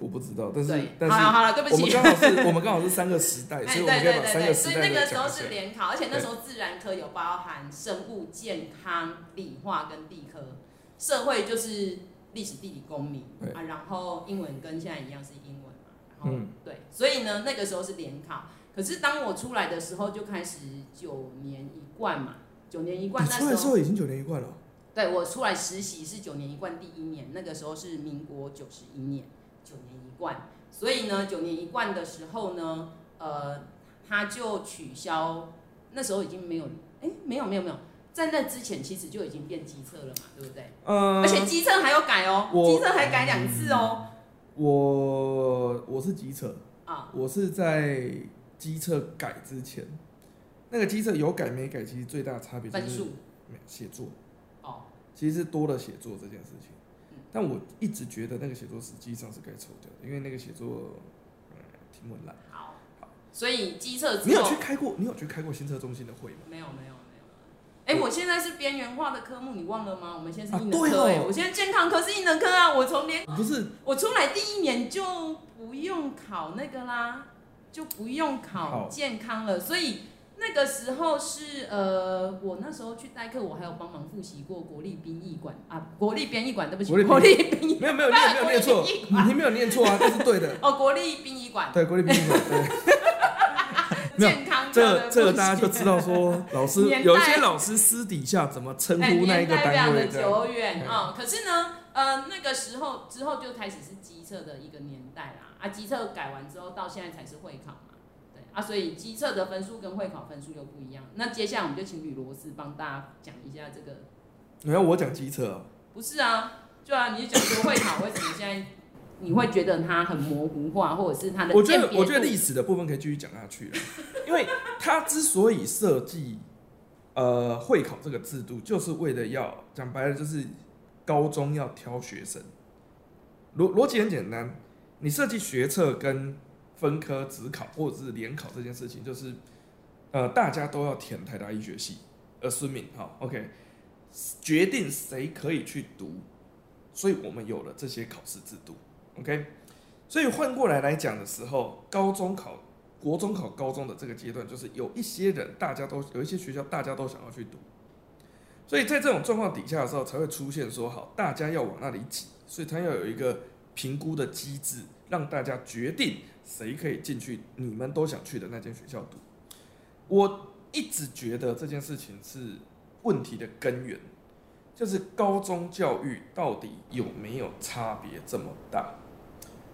Speaker 2: 我不知道，但是
Speaker 1: 对，
Speaker 2: 但
Speaker 1: 好了
Speaker 2: 是
Speaker 1: 好了，对不
Speaker 2: 我们
Speaker 1: 起。
Speaker 2: 刚好是，我们刚好是三个时 代，
Speaker 1: 哎，
Speaker 2: 所
Speaker 1: 对
Speaker 2: 以我
Speaker 1: 对
Speaker 2: 们可以
Speaker 1: 对
Speaker 2: 把三
Speaker 1: 对，
Speaker 2: 时
Speaker 1: 所以那
Speaker 2: 代的
Speaker 1: 个时
Speaker 2: 讲
Speaker 1: 候
Speaker 2: 一
Speaker 1: 是
Speaker 2: 下。
Speaker 1: 联考，而且那
Speaker 2: 对
Speaker 1: 时候自然科有包含生物、健康、理化跟地科，社会就是历史、地理、公民
Speaker 2: 对
Speaker 1: 啊，然后英文跟现在一样是英文嘛，然后、
Speaker 2: 嗯
Speaker 1: 对，所以呢，那个时候是联考。可是当我出来的时候，就开始九年一贯嘛，九年一贯
Speaker 2: 你
Speaker 1: 那
Speaker 2: 出来的时
Speaker 1: 时候，
Speaker 2: 候已经九年一贯了，
Speaker 1: 对我出来实习是九年一贯第一年，那个时候是民国九十一年，九年一贯。所以呢，九年一贯的时候呢，呃，他就取消，那时候已经没有，哎，没有没有没有，在那之前其实就已经变机测了嘛，对不对？
Speaker 2: 嗯、
Speaker 1: 而且机测还有改哦，
Speaker 2: 我
Speaker 1: 机测还改两次哦，
Speaker 2: 我我是机测，
Speaker 1: 啊，
Speaker 2: 我是在机测改之前，那个机测有改没改，其实最大的差别就
Speaker 1: 分
Speaker 2: 嗯是
Speaker 1: 数
Speaker 2: 没有写作。
Speaker 1: 哦，
Speaker 2: 其实是多了写作这件事情
Speaker 1: 嗯，
Speaker 2: 但我一直觉得那个写作实际上是该抽掉的，因为那个写作，呃，挺文烂。
Speaker 1: 好，所以机测
Speaker 2: 你
Speaker 1: 之
Speaker 2: 有
Speaker 1: 后
Speaker 2: 去开过？你有去开过新车中心的会吗？
Speaker 1: 没有没有没有。哎、我现在是边缘化的科目，你忘了吗？我们现在是艺能
Speaker 2: 啊对
Speaker 1: 科、
Speaker 2: 哦
Speaker 1: 哎、我现在健康科是艺能科啊，我从连
Speaker 2: 不是，
Speaker 1: 我出来第一年就不用考那个啦，就不用考
Speaker 2: 好
Speaker 1: 健康了。所以那个时候是呃，我那时候去代课，我还有帮忙复习过国立殡仪馆啊，国立殡仪馆，对不起，
Speaker 2: 国立
Speaker 1: 国立殡仪
Speaker 2: 没有没有，你也没有念错
Speaker 1: 国立殡仪，馆
Speaker 2: 你没有
Speaker 1: 。
Speaker 2: 念错啊，这是对的
Speaker 1: 哦，国立殡仪馆
Speaker 2: 对，国立殡仪馆，对，没有
Speaker 1: 健康
Speaker 2: 这个这个大家就知 道说，老师
Speaker 1: 年代
Speaker 2: 有一些老师私底下怎么称
Speaker 1: 哎，
Speaker 2: 呼那一
Speaker 1: 年
Speaker 2: 个
Speaker 1: 代非
Speaker 2: 单
Speaker 1: 常的
Speaker 2: 位这样。哎
Speaker 1: 久远啊、可是呢，呃，那个时候之后就开始是机测的一个年代啦，啊，机测改完之后到现在才是会考嘛，对啊，所以机测的分数跟会考分数又不一样。那接下来我们就请吕罗斯帮大家讲一下这个，
Speaker 2: 你要我讲机车啊？
Speaker 1: 不是啊，就啊，你就讲说会考为什么现在你会觉得它很模糊化，或者是它的
Speaker 2: 我觉
Speaker 1: 鉴
Speaker 2: 得
Speaker 1: 别
Speaker 2: 我觉得
Speaker 1: 度
Speaker 2: 历史的部分可以继续讲下去了，啊 因为他之所以设计呃会考这个制度，就是为了要讲白了，就是高中要挑学生。逻逻辑很简单，你设计学测跟分科、职考或者是联考这件事情，就是呃大家都要填台大医学系，呃孙敏好 OK，决定谁可以去读，所以我们有了这些考试制度 OK。所以换过来来讲的时候，高中考、国中考、高中的这个阶段，就是有一些人大家都有一些学校大家都想要去读，所以在这种状况底下的时候，才会出现说好，大家要往那里挤，所以它要有一个评估的机制，让大家决定谁可以进去你们都想去的那间学校读。我一直觉得这件事情是问题的根源，就是高中教育到底有没有差别这么大？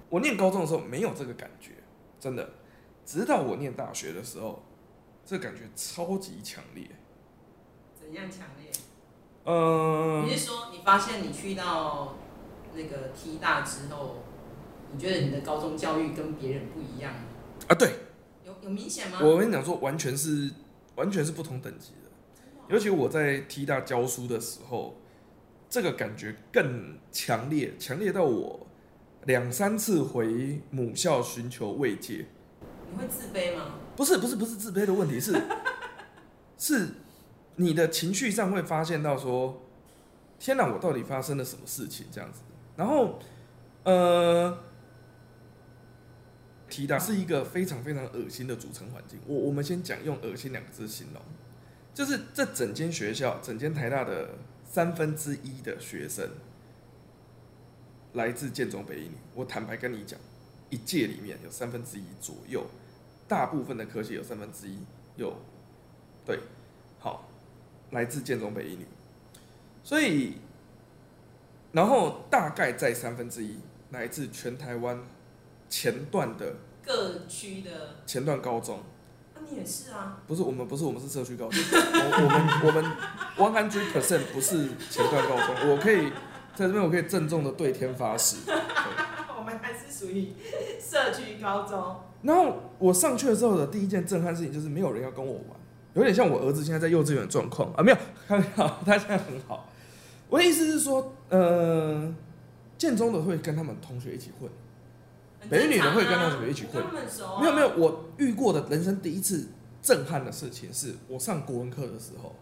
Speaker 2: 我念高中的时候没有这个感觉，真的，直到我念大学的时候，这感觉超级强烈。
Speaker 1: 怎样强烈？
Speaker 2: 嗯、
Speaker 1: 你是说你发现你去到那个 T 大之后，你觉得你的高中教育跟别人不一样，
Speaker 2: 啊，对
Speaker 1: 有有明显吗？
Speaker 2: 我跟你讲说，完全是完全是不同等级的。
Speaker 1: 啊
Speaker 2: 尤其我在 T 大教书的时候，这个感觉更强烈，强烈到我两三次回母校寻求慰藉。
Speaker 1: 你会自卑吗？
Speaker 2: 不是不是不是自卑的问题，是是你的情绪上会发现到说，天哪，我到底发生了什么事情这样子。然后，呃，提到是一个非常非常恶心的组成环境。我我们先讲用恶心两个字形容，就是这整间学校，整间台大的三分之一的学生来自建中北一女。我坦白跟你讲，一届里面有三分之一左右大部分的科系有三分之一有，对，好，来自建中北一女，所以，然后大概在三分之一来自全台湾前段的
Speaker 1: 各区的，
Speaker 2: 前段高中，
Speaker 1: 那、你也是啊，
Speaker 2: 不是我们不是我们是社区高中，我我们我们 one hundred percent 不是前段高中，我可以在这边我可以郑重的对天发誓，对
Speaker 1: 我们还是属于社区高中。
Speaker 2: 然后我上去的时候的第一件震撼事情就是没有人要跟我玩，有点像我儿子现在在幼稚园的状况啊，没有，开玩笑，他现在很好。我的意思是说，呃，建中的会跟他们同学一起混，
Speaker 1: 很
Speaker 2: 北一女
Speaker 1: 正
Speaker 2: 的
Speaker 1: 常啊
Speaker 2: 会跟他们一起混
Speaker 1: 我跟他们熟、啊。
Speaker 2: 没有没有，我遇过的人生第一次震撼的事情是我上国文课的时候，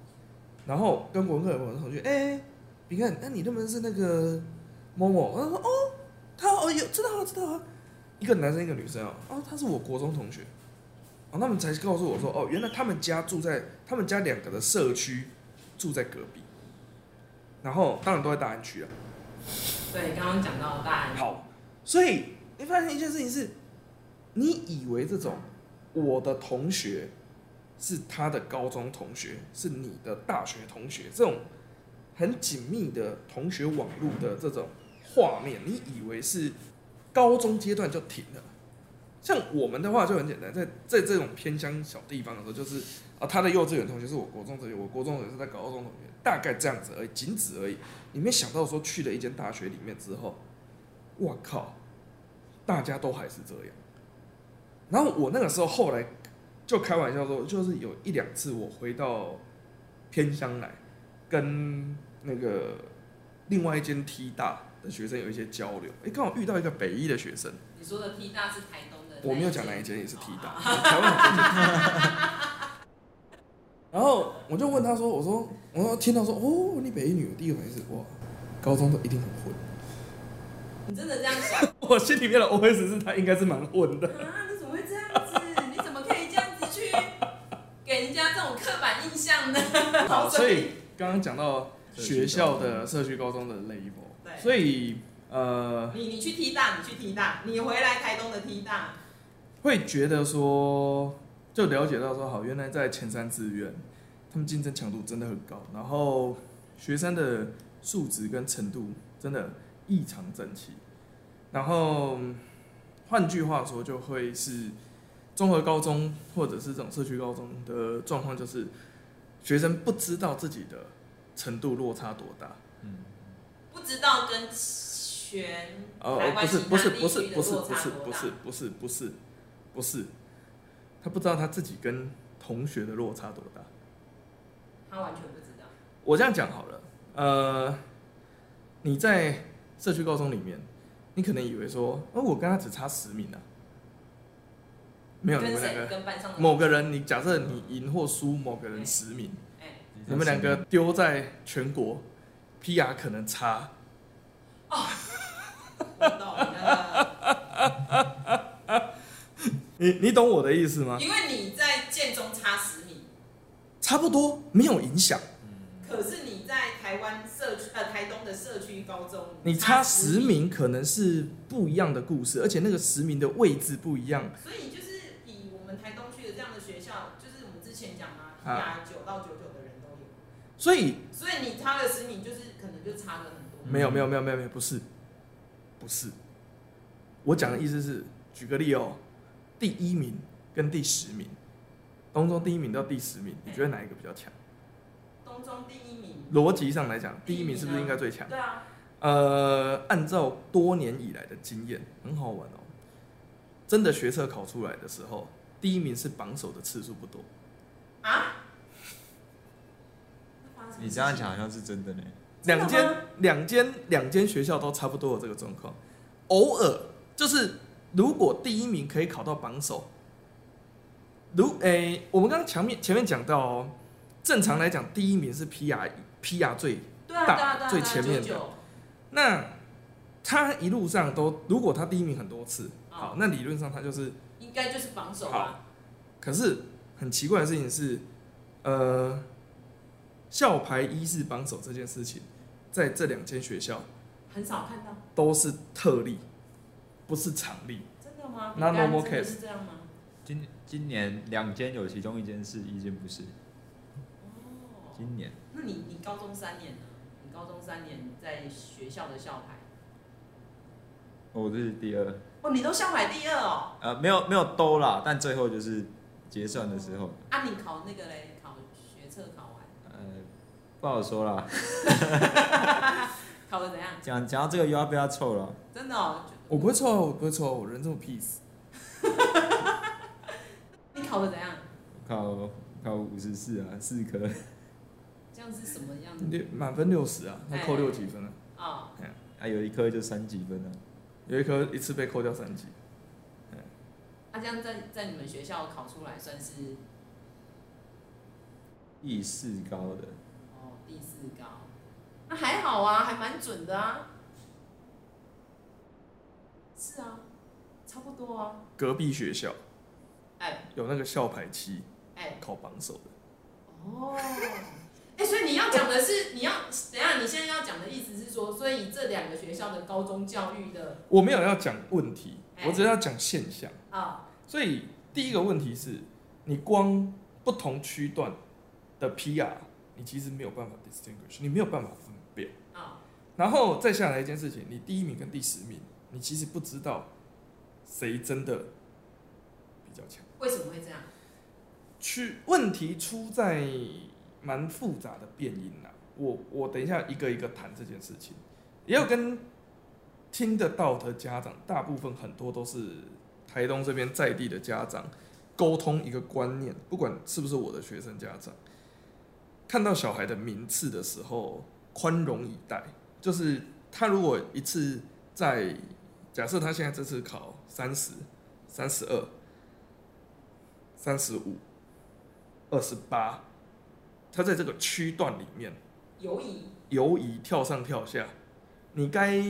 Speaker 2: 然后跟国文课的同学，哎、你看，那你认不认识那个某某？他说哦，他哦有知道啊知道啊，一个男生一个女生哦，哦他是我国中同学，哦他们才告诉我说哦原来他们家住在他们家两个的社区住在隔壁，然后当然都在大安区啊，
Speaker 1: 对，刚刚讲到大安，
Speaker 2: 好，所以你发现一件事情是，你以为这种我的同学是他的高中同学，是你的大学同学，这种很紧密的同学网络的这种画面，你以为是高中阶段就停了。像我们的话就很简单，在在这种偏乡小地方的时候，就是啊，他的幼稚园同学是我国中同学，我国中同学是他高中同学，大概这样子而已，仅此而已。你没想到说去了一间大学里面之后，我靠，大家都还是这样。然后我那个时候后来就开玩笑说，就是有一两次我回到偏乡来，跟那个另外一间 T 大的学生有一些交流，诶，刚好遇到一个北一的学生，
Speaker 1: 你说的 T 大是台东的那一间，
Speaker 2: 我没有讲哪一间，也是
Speaker 1: 哦
Speaker 2: T
Speaker 1: 好
Speaker 2: 大，台湾很多间然后我就问他说：“我说，我说听到说，哦，你北一女，我第一个反应是哇，高中都一定很混。
Speaker 1: 你真的这样想啊？
Speaker 2: 我心里面的 OS 是他应该是蛮混的。
Speaker 1: 你怎么会这样子？你怎么可以这样子去给人家这种刻板印象呢？
Speaker 2: 好，所以刚刚讲到学校的
Speaker 3: 社
Speaker 2: 社区高中的 label，
Speaker 1: 对
Speaker 2: 所以呃
Speaker 1: 你你去 T 大，你去 T 大，你回来台东的 T 大，
Speaker 2: 会觉得说，就了解到说，好，原来在前三志愿，他们竞争强度真的很高，然后学生的素质跟程度真的异常整齐。然后，换句话说，就会是综合高中或者是这种社区高中的状况，就是学生不知道自己的程度落差多大。
Speaker 3: 嗯，
Speaker 1: 不知道跟全
Speaker 2: 哦
Speaker 1: 台，
Speaker 2: 不
Speaker 1: 湾
Speaker 2: 是
Speaker 1: 其
Speaker 2: 不
Speaker 1: 他
Speaker 2: 是
Speaker 1: 地
Speaker 2: 不是
Speaker 1: 区的
Speaker 2: 不是
Speaker 1: 落
Speaker 2: 不
Speaker 1: 差
Speaker 2: 是
Speaker 1: 多
Speaker 2: 不
Speaker 1: 大
Speaker 2: 是不是不是不是，他不知道他自己跟同学的落差多大。
Speaker 1: 他完全不知道。
Speaker 2: 我这样讲好了，呃，你在社区高中里面，你可能以为说，哦，我跟他只差十名啊，没有你
Speaker 1: 跟
Speaker 2: 们两
Speaker 1: 谁
Speaker 2: 个
Speaker 1: 跟班上的
Speaker 2: 某个人，你假设你赢或输某个人十名，
Speaker 1: 哎
Speaker 2: 你们两个丢在全国，PR 可能差，
Speaker 1: 我懂
Speaker 2: 啊
Speaker 1: 了，
Speaker 2: 你你懂我的意思吗？
Speaker 1: 因为你在建中差十米，
Speaker 2: 差不多没有影响，
Speaker 1: 可是你在台湾社区呃台东的社区高中，
Speaker 2: 你差
Speaker 1: 差
Speaker 2: 十，名可能是不一样的故事，而且那个十名的位置不一样，
Speaker 1: 所以就是以我们台东区的这样的学校，就是我们之前讲嘛，
Speaker 2: 啊
Speaker 1: 亚九到九九的人都有，
Speaker 2: 所以
Speaker 1: 所以你差了十米，就是可能就差了很多。
Speaker 2: 没有没有没有没有没有，不是，不是。我讲的意思是，举个例哦，第一名跟第十名，当中第一名到第十名，你觉得哪一个比较强？
Speaker 1: 东中第一名，
Speaker 2: 逻辑上来讲，第一名是不是应该最强？
Speaker 1: 对啊，
Speaker 2: 呃，按照多年以来的经验，很好玩哦。真的学测考出来的时候，第一名是榜首的次数不多。
Speaker 1: 啊？那发生什么
Speaker 3: 你这样讲好像是真的呢。
Speaker 1: 真的吗
Speaker 2: 两间两间两间学校都差不多有这个状况，偶尔就是如果第一名可以考到榜首，如诶、我们刚刚前面前面讲到哦，正常来讲第一名是 PR PR 最，
Speaker 1: 事，对啊对
Speaker 2: 大
Speaker 1: 啊对啊，
Speaker 2: 最前面的
Speaker 1: 九九
Speaker 2: 那他一路上都如果他第一名很多次，好
Speaker 1: 哦，
Speaker 2: 那理论上他就是，
Speaker 1: 应该就是榜首啊，
Speaker 2: 可是很奇怪的事情是，呃，校排一是榜首这件事情，在这两间学校
Speaker 1: 很少看到，
Speaker 2: 都是特例，不是常例。
Speaker 1: 真的吗饼
Speaker 2: Not
Speaker 1: 干
Speaker 2: normal
Speaker 1: 真的是这样吗？
Speaker 3: 今今年两间有其中一间是，一间不是。
Speaker 1: 哦，
Speaker 3: 今年
Speaker 1: 那你你高中三年呢？你高中三年在学校的校牌，
Speaker 3: 我是第二，
Speaker 1: 哦，你都校牌第二哦。
Speaker 3: 呃，没有没有兜啦，但最后就是结算的时候，
Speaker 1: 啊，你考那个嘞，考学测考完，
Speaker 3: 呃，不好说啦。
Speaker 1: 考的怎样？
Speaker 3: 讲讲到这个又要被他臭了，
Speaker 1: 真的哦，就
Speaker 2: 我不会错啊，我不会错啊，我人这么 peace。
Speaker 1: 你考的怎样？
Speaker 3: 考考五十四啊，四科。
Speaker 1: 这样是什么样子
Speaker 2: 六满分六十啊，那扣
Speaker 1: 嗯哎
Speaker 2: 六几分啊？
Speaker 1: 啊？
Speaker 3: 啊，有一科就三几分啊。
Speaker 2: 有一科一次被扣掉三级，
Speaker 1: 啊，这样在在你们学校考出来算是
Speaker 3: 意识高的，
Speaker 1: 哦第四高，那还好啊，还蛮准的啊。是啊，差不多啊。
Speaker 2: 隔壁学校
Speaker 1: 哎
Speaker 2: 有那个校排七
Speaker 1: 哎，
Speaker 2: 考榜首的，
Speaker 1: 哦，哎、所以你要讲的 是，你要等一下，你现在要讲的意思是说，所以这两个学校的高中教育的
Speaker 2: 我没有要讲问题，
Speaker 1: 哎
Speaker 2: 我只是要讲现象。
Speaker 1: 啊，
Speaker 2: 所以第一个问题是，你光不同区段的 PR，你其实没有办法 distinguish，你没有办法分辨。
Speaker 1: 啊，
Speaker 2: 然后再下来一件事情，你第一名跟第十名，你其实不知道谁真的比较强。
Speaker 1: 为什么会这样？
Speaker 2: 去问题出在蛮复杂的变音啦、我我等一下一个一个谈这件事情，也有跟听得到的家长，大部分很多都是台东这边在地的家长，沟通一个观念，不管是不是我的学生家长，看到小孩的名次的时候，宽容以待，就是他如果一次在假设他现在这次考三十、三十二、三十五、二十八，他在这个区段里面
Speaker 1: 犹疑，
Speaker 2: 游移跳上跳下，你该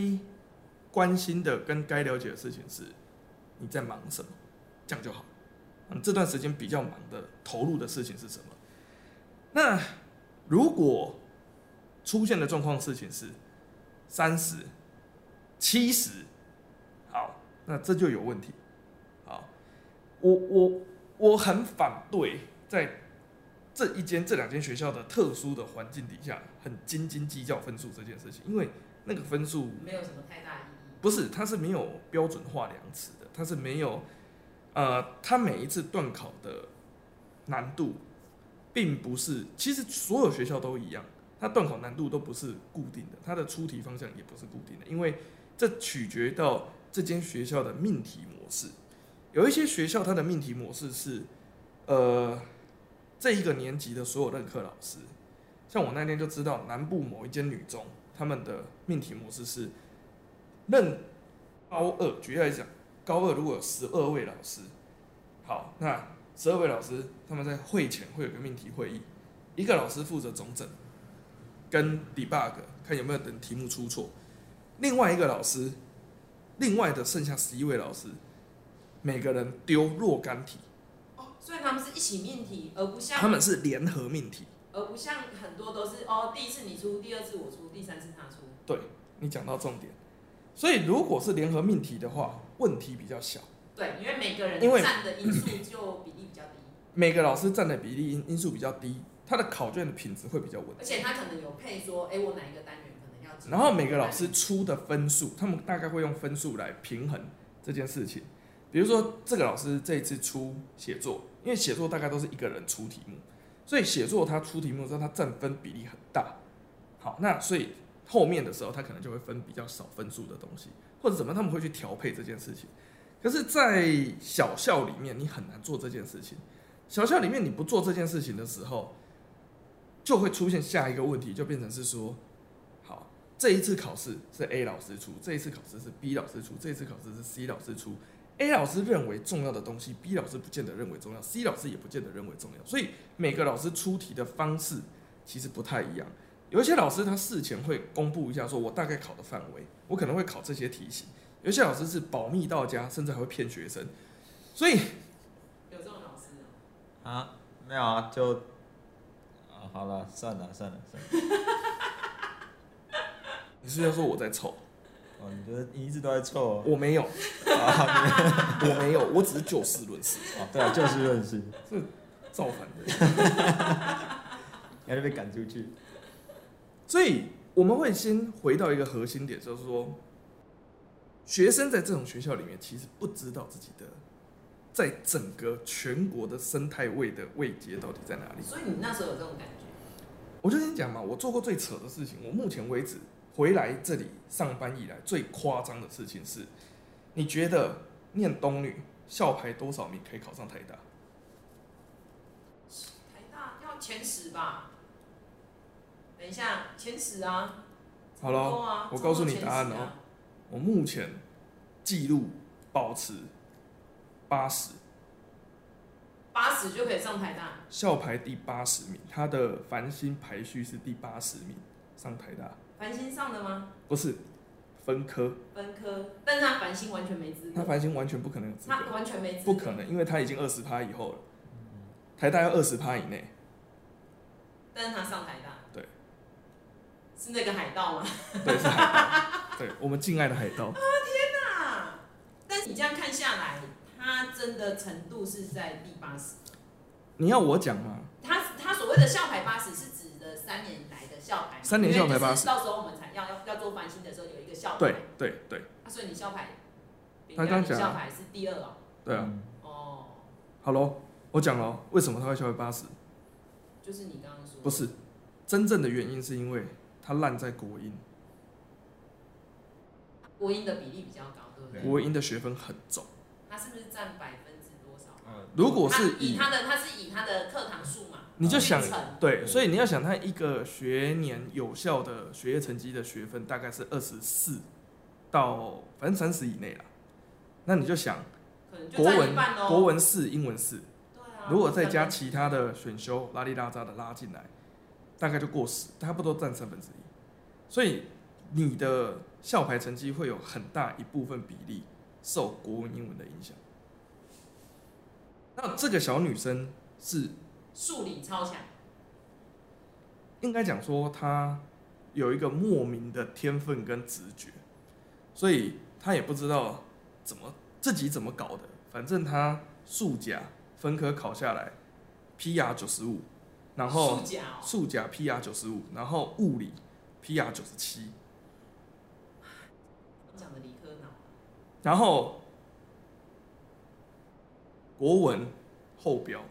Speaker 2: 关心的跟该了解的事情是你在忙什么，这样就好。嗯，这段时间比较忙的投入的事情是什么？那如果出现的状况事情是三十、七十，好，那这就有问题。好，我我我很反对在这一间这两间学校的特殊的环境底下，很斤斤计较分数这件事情，因为那个分数
Speaker 1: 没有什么太大意义。
Speaker 2: 不是它是没有标准化量词的，它是没有呃，它每一次段考的难度，并不是其实所有学校都一样，它段考难度都不是固定的，它的出题方向也不是固定的，因为这取决到这间学校的命题模式。有一些学校它的命题模式是，呃，这一个年级的所有任课老师，像我那天就知道南部某一间女中，他们的命题模式是，任高二举例来讲，高二如果有十二位老师，好，那十二位老师他们在会前会有个命题会议，一个老师负责总整跟 debug，看有没有等题目出错，另外一个老师，另外的剩下十一位老师。每个人丢若干题，
Speaker 1: 哦，所以他们是一起命题，而不像
Speaker 2: 他们是联合命题。
Speaker 1: 而不像很多都是哦，第一次你出，第二次我出，第三次他出。
Speaker 2: 对你讲到重点，所以如果是联合命题的话，问题比较小，
Speaker 1: 对，因为每个人
Speaker 2: 因为
Speaker 1: 占的因素就比例比较低，
Speaker 2: 每个老师占的比例因因素比较低，他的考卷的品质会比较稳
Speaker 1: 而。且他可能有配说，哎，我哪一个单元可能要进。
Speaker 2: 然后每个老师出的分数，他们大概会用分数来平衡这件事情。比如说，这个老师这一次出写作，因为写作大概都是一个人出题目，所以写作他出题目之后，他占分比例很大。好，那所以后面的时候，他可能就会分比较少分数的东西，或者怎么他们会去调配这件事情。可是，在小校里面，你很难做这件事情。小校里面你不做这件事情的时候，就会出现下一个问题，就变成是说，好，这一次考试是 A 老师出，这一次考试是 B 老师出，这一次考试是 C 老师出。A 老师认为重要的东西，B 老师不见得认为重要，C 老师也不见得认为重要，所以每个老师出题的方式其实不太一样。有一些老师他事前会公布一下，说我大概考的范围，我可能会考这些题型。有一些老师是保密到家，甚至还会骗学生，所以
Speaker 1: 有这种老师哦，
Speaker 3: 啊，没有啊，就啊，好了，算了算了算了。
Speaker 2: 你是要说我在臭？
Speaker 3: 哦，你觉得你一直都在凑哦？
Speaker 2: 我没有，
Speaker 3: 啊
Speaker 2: 我没有，我只是就事论事，
Speaker 3: 哦对啊，就事论事，
Speaker 2: 造反的。
Speaker 3: 要被赶出去。
Speaker 2: 所以我们会先回到一个核心点，就是说，学生在这种学校里面，其实不知道自己的在整个全国的生态位的位阶到底在哪里。
Speaker 1: 所以你那时候有这种感觉，
Speaker 2: 我就跟你讲嘛，我做过最扯的事情，我目前为止回来这里上班以来最夸张的事情是，你觉得念东女校排多少名可以考上台大？
Speaker 1: 台大要前十吧？等一下，前十啊，
Speaker 2: 好了
Speaker 1: 够啊，
Speaker 2: 我告诉你
Speaker 1: 超过前十啊
Speaker 2: 答案哦。我目前记录保持八十。
Speaker 1: 八十就可以上台大，
Speaker 2: 校排第八十名，他的繁星排序是第八十名，上台大
Speaker 1: 繁星上的吗？
Speaker 2: 不是分科，
Speaker 1: 分科，但是他繁星完全没资
Speaker 2: 他
Speaker 1: 格，
Speaker 2: 繁星完全不可能有资
Speaker 1: 他
Speaker 2: 格，
Speaker 1: 完全没资格，
Speaker 2: 不可能，因为他已经二十趴以后了，台大要二十趴以内，
Speaker 1: 但是他上台大，
Speaker 2: 对，
Speaker 1: 是那个海盗啊吗？
Speaker 2: 对，是海盗，对我们敬爱的海盗，
Speaker 1: 啊，但是你这样看下来，他真的程度是在第八十。
Speaker 2: 你要我讲吗？
Speaker 1: 他他所谓的校牌八十是指的三年来的校牌嘛，
Speaker 2: 三年校牌
Speaker 1: 因为
Speaker 2: 八
Speaker 1: 就是
Speaker 2: 十
Speaker 1: 到时候我们才要要要做翻新的时候有一个校牌，
Speaker 2: 对对对
Speaker 1: 啊所以你校牌，
Speaker 2: 他刚
Speaker 1: 你
Speaker 2: 讲
Speaker 1: 校牌是第二哦，
Speaker 2: 对啊，
Speaker 3: 嗯
Speaker 1: 哦，
Speaker 2: 好喽，我讲喽，为什么他会校排八十？
Speaker 1: 就是你刚刚说的
Speaker 2: 不是，真正的原因是因为他烂在国英，
Speaker 1: 国音的比例比较高，对不对？
Speaker 3: 对
Speaker 2: 国英的学分很重，
Speaker 1: 他是不是占百分之多少？
Speaker 3: 嗯
Speaker 2: 如果是
Speaker 1: 他以
Speaker 2: 以
Speaker 1: 他的他是以他的课堂数嘛，
Speaker 2: 你就想
Speaker 1: 去乘
Speaker 2: 对，
Speaker 3: 对
Speaker 2: 所以你要想，他一个学年有效的学业成绩的学分大概是二十四到反正三十以内啦。那你就想
Speaker 1: 可能就
Speaker 2: 国
Speaker 1: 占
Speaker 2: 文
Speaker 1: 一半哦，
Speaker 2: 国文四、英文四，
Speaker 1: 对啊，
Speaker 2: 如果再加其他的选修拉里拉扎的拉进来，大概就过十，差不多占三分之一。所以你的校牌成绩会有很大一部分比例受国文、英文的影响。那这个小女生是
Speaker 1: 数理超强，
Speaker 2: 应该讲说他有一个莫名的天分跟直觉，所以他也不知道怎么自己怎么搞的，反正他数甲分科考下来，PR 九十五，然后
Speaker 1: 数甲哦
Speaker 2: 数甲 PR 九十五，然后物理 PR 九十七，
Speaker 1: 讲的理科脑，
Speaker 2: 然后国文后标，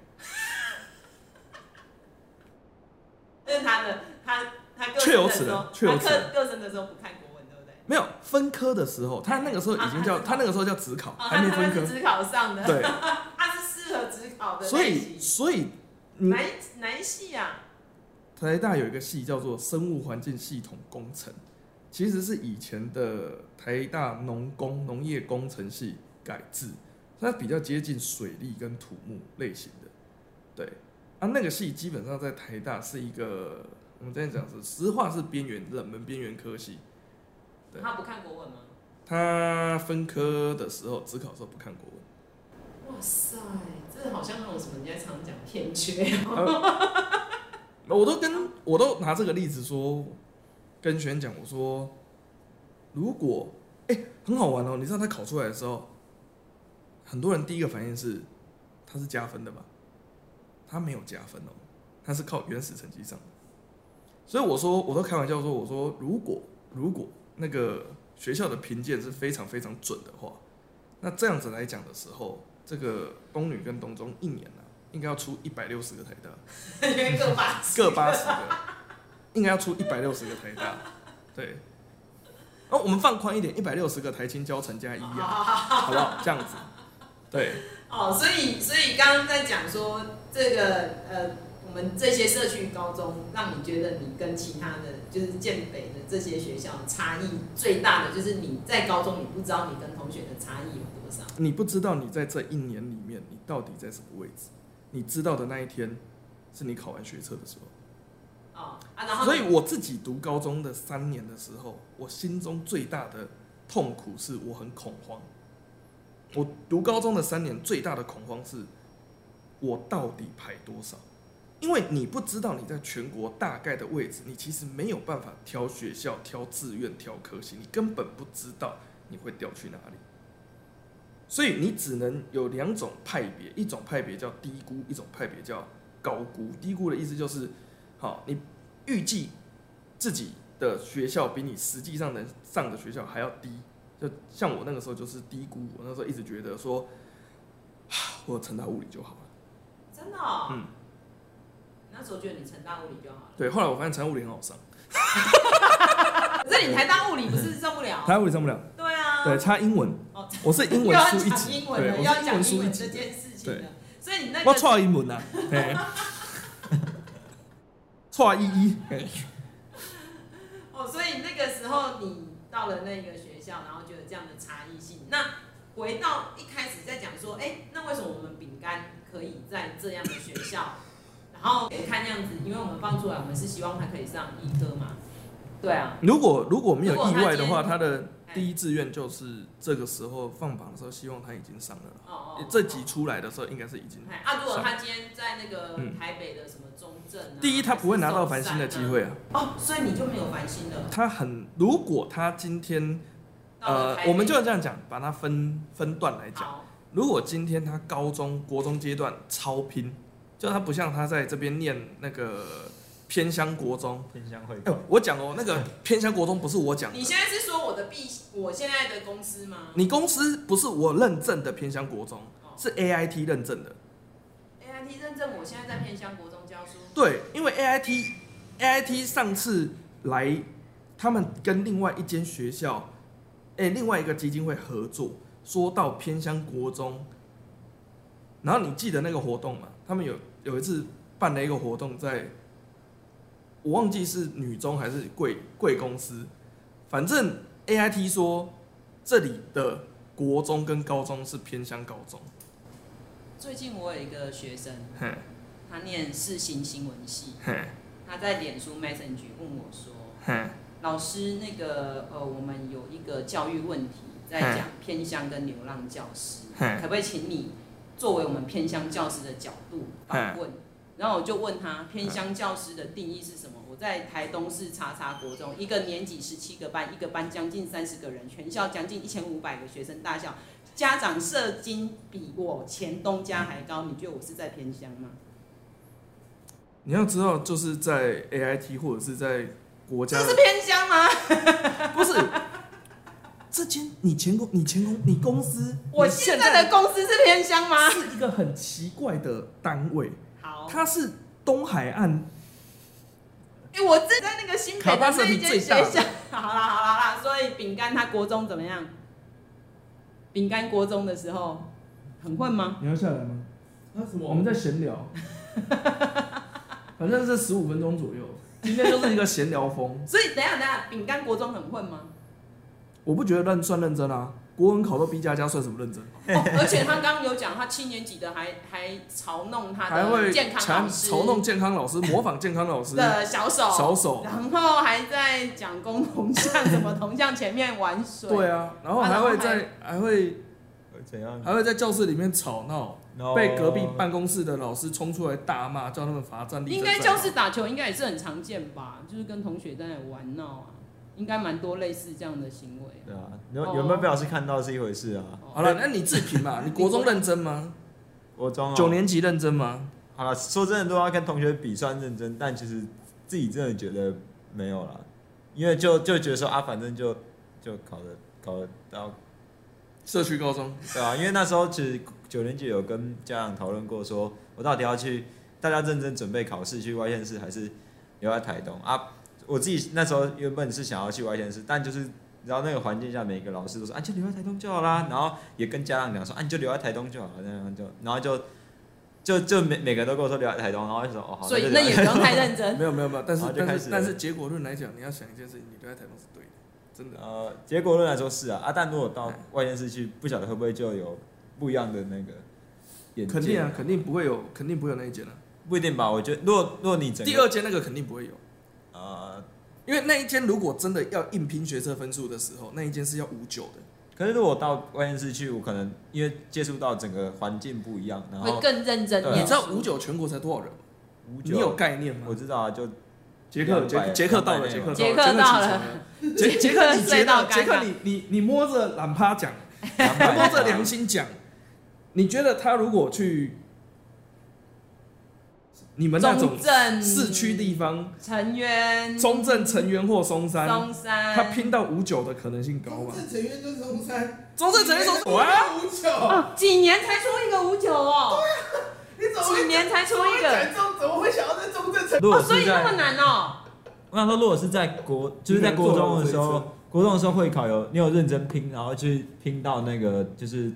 Speaker 1: 但是他的他他各
Speaker 2: 确有
Speaker 1: 省的
Speaker 2: 此
Speaker 1: 时候
Speaker 2: 人，确有
Speaker 1: 他
Speaker 2: 此人
Speaker 1: 各各省的时候不看国文，对不对？
Speaker 2: 没有分科的时候，他那个时候已经叫
Speaker 1: 啊
Speaker 2: 他那个时候叫职考，
Speaker 1: 哦，
Speaker 2: 还
Speaker 1: 他
Speaker 2: 没
Speaker 1: 他
Speaker 2: 分
Speaker 1: 是
Speaker 2: 科，
Speaker 1: 只考上的，
Speaker 2: 对，
Speaker 1: 他是适合只考的
Speaker 2: 所
Speaker 1: 类
Speaker 2: 以
Speaker 1: 型。
Speaker 2: 所以你
Speaker 1: 哪一哪一系啊？
Speaker 2: 台大有一个系叫做生物环境系统工程，其实是以前的台大农工农业工程系改制，它比较接近水利跟土木类型的。对，啊，那个系基本上在台大是一个，我们之前讲是实话是边缘冷门边缘科系，对
Speaker 1: 他不看国文吗？
Speaker 2: 它分科的时候只考的时候不看国文。
Speaker 1: 哇塞，这好像那种什么人家常讲偏缺。
Speaker 2: 那我都跟我都拿这个例子说，跟学员讲，我说，如果哎、很好玩哦，你知道他考出来的时候，很多人第一个反应是他是加分的吧？他没有加分哦，他是靠原始成绩上的。所以我说，我都开玩笑说，我说如果如果那个学校的评鉴是非常非常准的话，那这样子来讲的时候，这个东女跟东中一年呢、应该要出一百六十个台大。
Speaker 1: 因为各八十
Speaker 2: 各八十个，应该要出一百六十个台大，对。然后我们放宽一点，一百六十个台青交乘加一啊，好不好？这样子，对，
Speaker 1: 哦，所以所以刚刚在讲说这个呃，我们这些社区高中，让你觉得你跟其他的就是建北的这些学校差异最大的，就是你在高中你不知道你跟同学的差异有多少。
Speaker 2: 你不知道你在这一年里面你到底在什么位置，你知道的那一天是你考完学测的时候。
Speaker 1: 哦啊，然后
Speaker 2: 所以我自己读高中的三年的时候，我心中最大的痛苦是我很恐慌。我读高中的三年最大的恐慌是，我到底排多少？因为你不知道你在全国大概的位置，你其实没有办法挑学校、挑志愿、挑科系，你根本不知道你会调去哪里。所以你只能有两种派别，一种派别叫低估，一种派别叫高估。低估的意思就是，好，你预计自己的学校比你实际上能上的学校还要低。就像我那个时候就是低估，我那时候一直觉得说，啊我有成大物理就好了。
Speaker 1: 真的、哦，
Speaker 2: 嗯，
Speaker 1: 那时候觉得你成大物理就好了。
Speaker 2: 对，后来我发现成大物理很好上，
Speaker 1: 可是你台大物理不是上不了？
Speaker 2: 台大物理上不了，
Speaker 1: 对啊，
Speaker 2: 对，差英文
Speaker 1: 哦，
Speaker 2: 我是英
Speaker 1: 又
Speaker 2: 文
Speaker 1: 要
Speaker 2: 输一
Speaker 1: 讲
Speaker 2: 级，
Speaker 1: 英文了，
Speaker 2: 对，
Speaker 1: 又
Speaker 2: 我
Speaker 1: 要
Speaker 2: 是英
Speaker 1: 讲
Speaker 2: 文
Speaker 1: 英
Speaker 2: 输一
Speaker 1: 文
Speaker 2: 级
Speaker 1: 这
Speaker 2: 的，
Speaker 1: 件事情了。所以你那个
Speaker 2: 我错英 文啊，嘿，错一一，嘿
Speaker 1: 哦，所以那个时候你到了那个学校，然后觉得这样的差异性。那回到一开始在讲说，哎、那为什么我们饼干可以在这样的学校？然后诶看样子，因为我们放出来，我们是希望他可以上医科嘛。对啊，
Speaker 2: 如果如果没有
Speaker 1: 如果
Speaker 2: 意
Speaker 1: 他
Speaker 2: 外的
Speaker 1: 今
Speaker 2: 话，
Speaker 1: 天
Speaker 2: 他的
Speaker 1: 哎
Speaker 2: 第一志愿就是这个时候放榜的时候，希望他已经上了啦。
Speaker 1: 哦哦，
Speaker 2: 这集出来的时候，应该是已经
Speaker 1: 哎啊，如果他今天在那个台北的什么中正、啊
Speaker 2: 嗯第一，他不会拿到繁星的机会啊。
Speaker 1: 哦，所以你就没有烦心了。
Speaker 2: 他很，如果他今天，
Speaker 1: 到了
Speaker 2: 呃
Speaker 1: 台，北
Speaker 2: 我们就这样讲，把它分分段来讲。
Speaker 1: 好
Speaker 2: 如果今天他高中、国中阶段超拼，就他不像他在这边念那个偏乡国中。
Speaker 3: 偏向会
Speaker 2: 哎、
Speaker 3: 高。
Speaker 2: 我讲哦，那个偏乡国中不是我讲的
Speaker 1: 你，现在是说我的必，我现在的公司吗？
Speaker 2: 你公司不是我认证的偏乡国中，
Speaker 1: 哦
Speaker 2: 是 AIT 认证的。
Speaker 1: AIT 认证，我现在在偏乡国中教书。
Speaker 2: 对，因为 AIT AIT 上次来，他们跟另外一间学校，哎、另外一个基金会合作，说到偏乡国中，然后你记得那个活动吗？他们有有一次办了一个活动在，我忘记是女中还是贵贵公司，反正 AIT 说这里的国中跟高中是偏乡高中，
Speaker 1: 最近我有一个学生，
Speaker 2: 嘿，
Speaker 1: 他念世新新闻系，
Speaker 2: 嘿，
Speaker 1: 他在脸书 Messenger 问我说
Speaker 2: 嘿，：“
Speaker 1: 老师，那个呃，我们有一个教育问题在
Speaker 2: 嗯
Speaker 1: 讲偏乡跟流浪教师，
Speaker 2: 嗯
Speaker 1: 可不可以请你作为我们偏乡教师的角度访问？”然后我就问他偏乡教师的定义是什么？我在台东市查查国中，一个年级十七个班，一个班将近三十个人，全校将近一千五百个学生大小，家长社经比我前东家还高，你觉得我是在偏乡吗？
Speaker 2: 你要知道，就是在 AIT 或者是在国
Speaker 1: 这
Speaker 2: 家
Speaker 1: 是
Speaker 2: 的，
Speaker 1: 偏乡吗？
Speaker 2: 不是这间你前公你前公你公司，
Speaker 1: 我
Speaker 2: 你
Speaker 1: 现
Speaker 2: 现
Speaker 1: 在的公司是偏乡吗？
Speaker 2: 是一个很奇怪的单位，
Speaker 1: 好，
Speaker 2: 它是东海岸，
Speaker 1: 哎、我正在那个新北
Speaker 2: 卡巴
Speaker 1: 的
Speaker 2: 社
Speaker 1: 那一
Speaker 2: 比
Speaker 1: 间
Speaker 2: 最
Speaker 1: 学
Speaker 2: 大
Speaker 1: 校。好啦好啦好啦，所以饼干他国中怎么样？饼干国中的时候很混吗？
Speaker 2: 你要下来吗？
Speaker 4: 那什
Speaker 2: 我们在闲 聊，反正是十五分钟左右，今天就是一个闲聊风。
Speaker 1: 所以等一下等一下，饼干国中很混 吗？
Speaker 2: 我不觉得认算认真啊，国文考到 B 加加算什么认真？
Speaker 1: 哦，而且他刚刚有讲，他七年级的还还嘲弄他
Speaker 2: 还会
Speaker 1: 的健康老
Speaker 2: 嘲
Speaker 1: 师
Speaker 2: 嘲弄健康老师，模仿健康老师，
Speaker 1: 的小手，
Speaker 2: 小手。
Speaker 1: 然后还在讲公铜像什么铜像前面玩水，
Speaker 2: 对啊，然后还会在还会
Speaker 3: 呃怎样？
Speaker 2: 还会在教室里面吵闹，
Speaker 3: No
Speaker 2: 呃被隔壁办公室的老师冲出来大骂，叫他们罚站立
Speaker 1: 应
Speaker 2: 正
Speaker 1: 该
Speaker 2: 站
Speaker 1: 教
Speaker 2: 好
Speaker 1: 室打球应该也是很常见吧，就是跟同学在那里玩闹啊，应该蛮多类似这样的行为啊。
Speaker 3: 对啊，有有没有被老师看到是一回事啊。
Speaker 2: 好了，那你自评嘛，你国中认真 吗？
Speaker 3: 我装
Speaker 2: 九
Speaker 3: 哦，
Speaker 2: 年级认真吗？
Speaker 3: 好了，说真的，都要跟同学比算认真，但其实自己真的觉得没有啦，因为就就觉得说啊，反正就就考的考得到，
Speaker 2: 社区高中，
Speaker 3: 对啊，因为那时候其实九年级有跟家长讨论过说，我到底要去大家认真准备考试去外县市，还是留在台东啊？我自己那时候原本是想要去外县市，但就是你知道那个环境下，每个老师都说啊，就留在台东就好啦，然后也跟家长讲说啊，你就留在台东就好了，那样就然后就就就每每个人都跟我说留在台东，然后就说哦好，
Speaker 1: 所以
Speaker 3: 就留
Speaker 1: 那
Speaker 3: 在
Speaker 1: 也不用太认 真。
Speaker 2: 没有没有没有，但是
Speaker 3: 好就开
Speaker 2: 但
Speaker 3: 始
Speaker 2: 是
Speaker 3: 了
Speaker 2: 但是结果论来讲，你要想一件事情，你留在台东是对的，真的。
Speaker 3: 呃，结果论来说是啊，啊，但如果到外县市去，不晓得会不会就有不一样的那个眼界，
Speaker 2: 肯定啊，肯定不会有，肯定不会有那一间了、啊。
Speaker 3: 不一定吧？我觉得，如果如果你整个
Speaker 2: 第二间那个肯定不会有，
Speaker 3: 呃，
Speaker 2: 因为那一间如果真的要硬拼学测分数的时候，那一间是要五九的，
Speaker 3: 可是如果到外县市去，我可能因为接触到整个环境不一样，然
Speaker 1: 会
Speaker 3: 后
Speaker 1: 更认真
Speaker 3: 对啊
Speaker 1: 念。
Speaker 2: 你知道五？九全国才多少人吗？
Speaker 3: 五
Speaker 2: 你
Speaker 3: 九，啊
Speaker 2: 有概念吗
Speaker 3: 我？知 道啊，就
Speaker 2: 杰克，
Speaker 3: 两百
Speaker 2: 杰杰克到了，
Speaker 3: 两
Speaker 2: 杰
Speaker 3: 百
Speaker 2: 克
Speaker 1: 内
Speaker 2: 到
Speaker 1: 嘛
Speaker 2: 了，杰克
Speaker 1: 杰
Speaker 2: 杰
Speaker 1: 克
Speaker 2: 克
Speaker 1: 睡
Speaker 2: 你杰
Speaker 1: 到
Speaker 2: 克
Speaker 1: 尴尬
Speaker 2: 杰克你你你摸着懒趴讲，
Speaker 3: 两
Speaker 2: 你
Speaker 3: 百，啊
Speaker 2: 摸着良心讲，你觉得他如果去你们那种
Speaker 1: 中正
Speaker 2: 市区地方，
Speaker 1: 成员
Speaker 2: 中正、成员或松山，
Speaker 1: 中山，
Speaker 2: 他拼到五九的可能性高吗？
Speaker 4: 成员就是中山，
Speaker 2: 中正、成员松
Speaker 4: 我
Speaker 2: 啊，
Speaker 4: 五九，
Speaker 1: 哦几年才出一个五九哦，
Speaker 4: 你怎
Speaker 1: 几年才出一个
Speaker 4: 中？怎么会想要在中正成？
Speaker 3: 如果
Speaker 2: 啊
Speaker 1: 哦，所以
Speaker 3: 是
Speaker 1: 那么
Speaker 3: 在，
Speaker 1: 难哦。
Speaker 3: 我想说，如果是在国，就是在国中的
Speaker 2: 你
Speaker 3: 时
Speaker 2: 可能做了
Speaker 3: 候，国中的时候会考有，你有认真拼，然后去拼到那个就是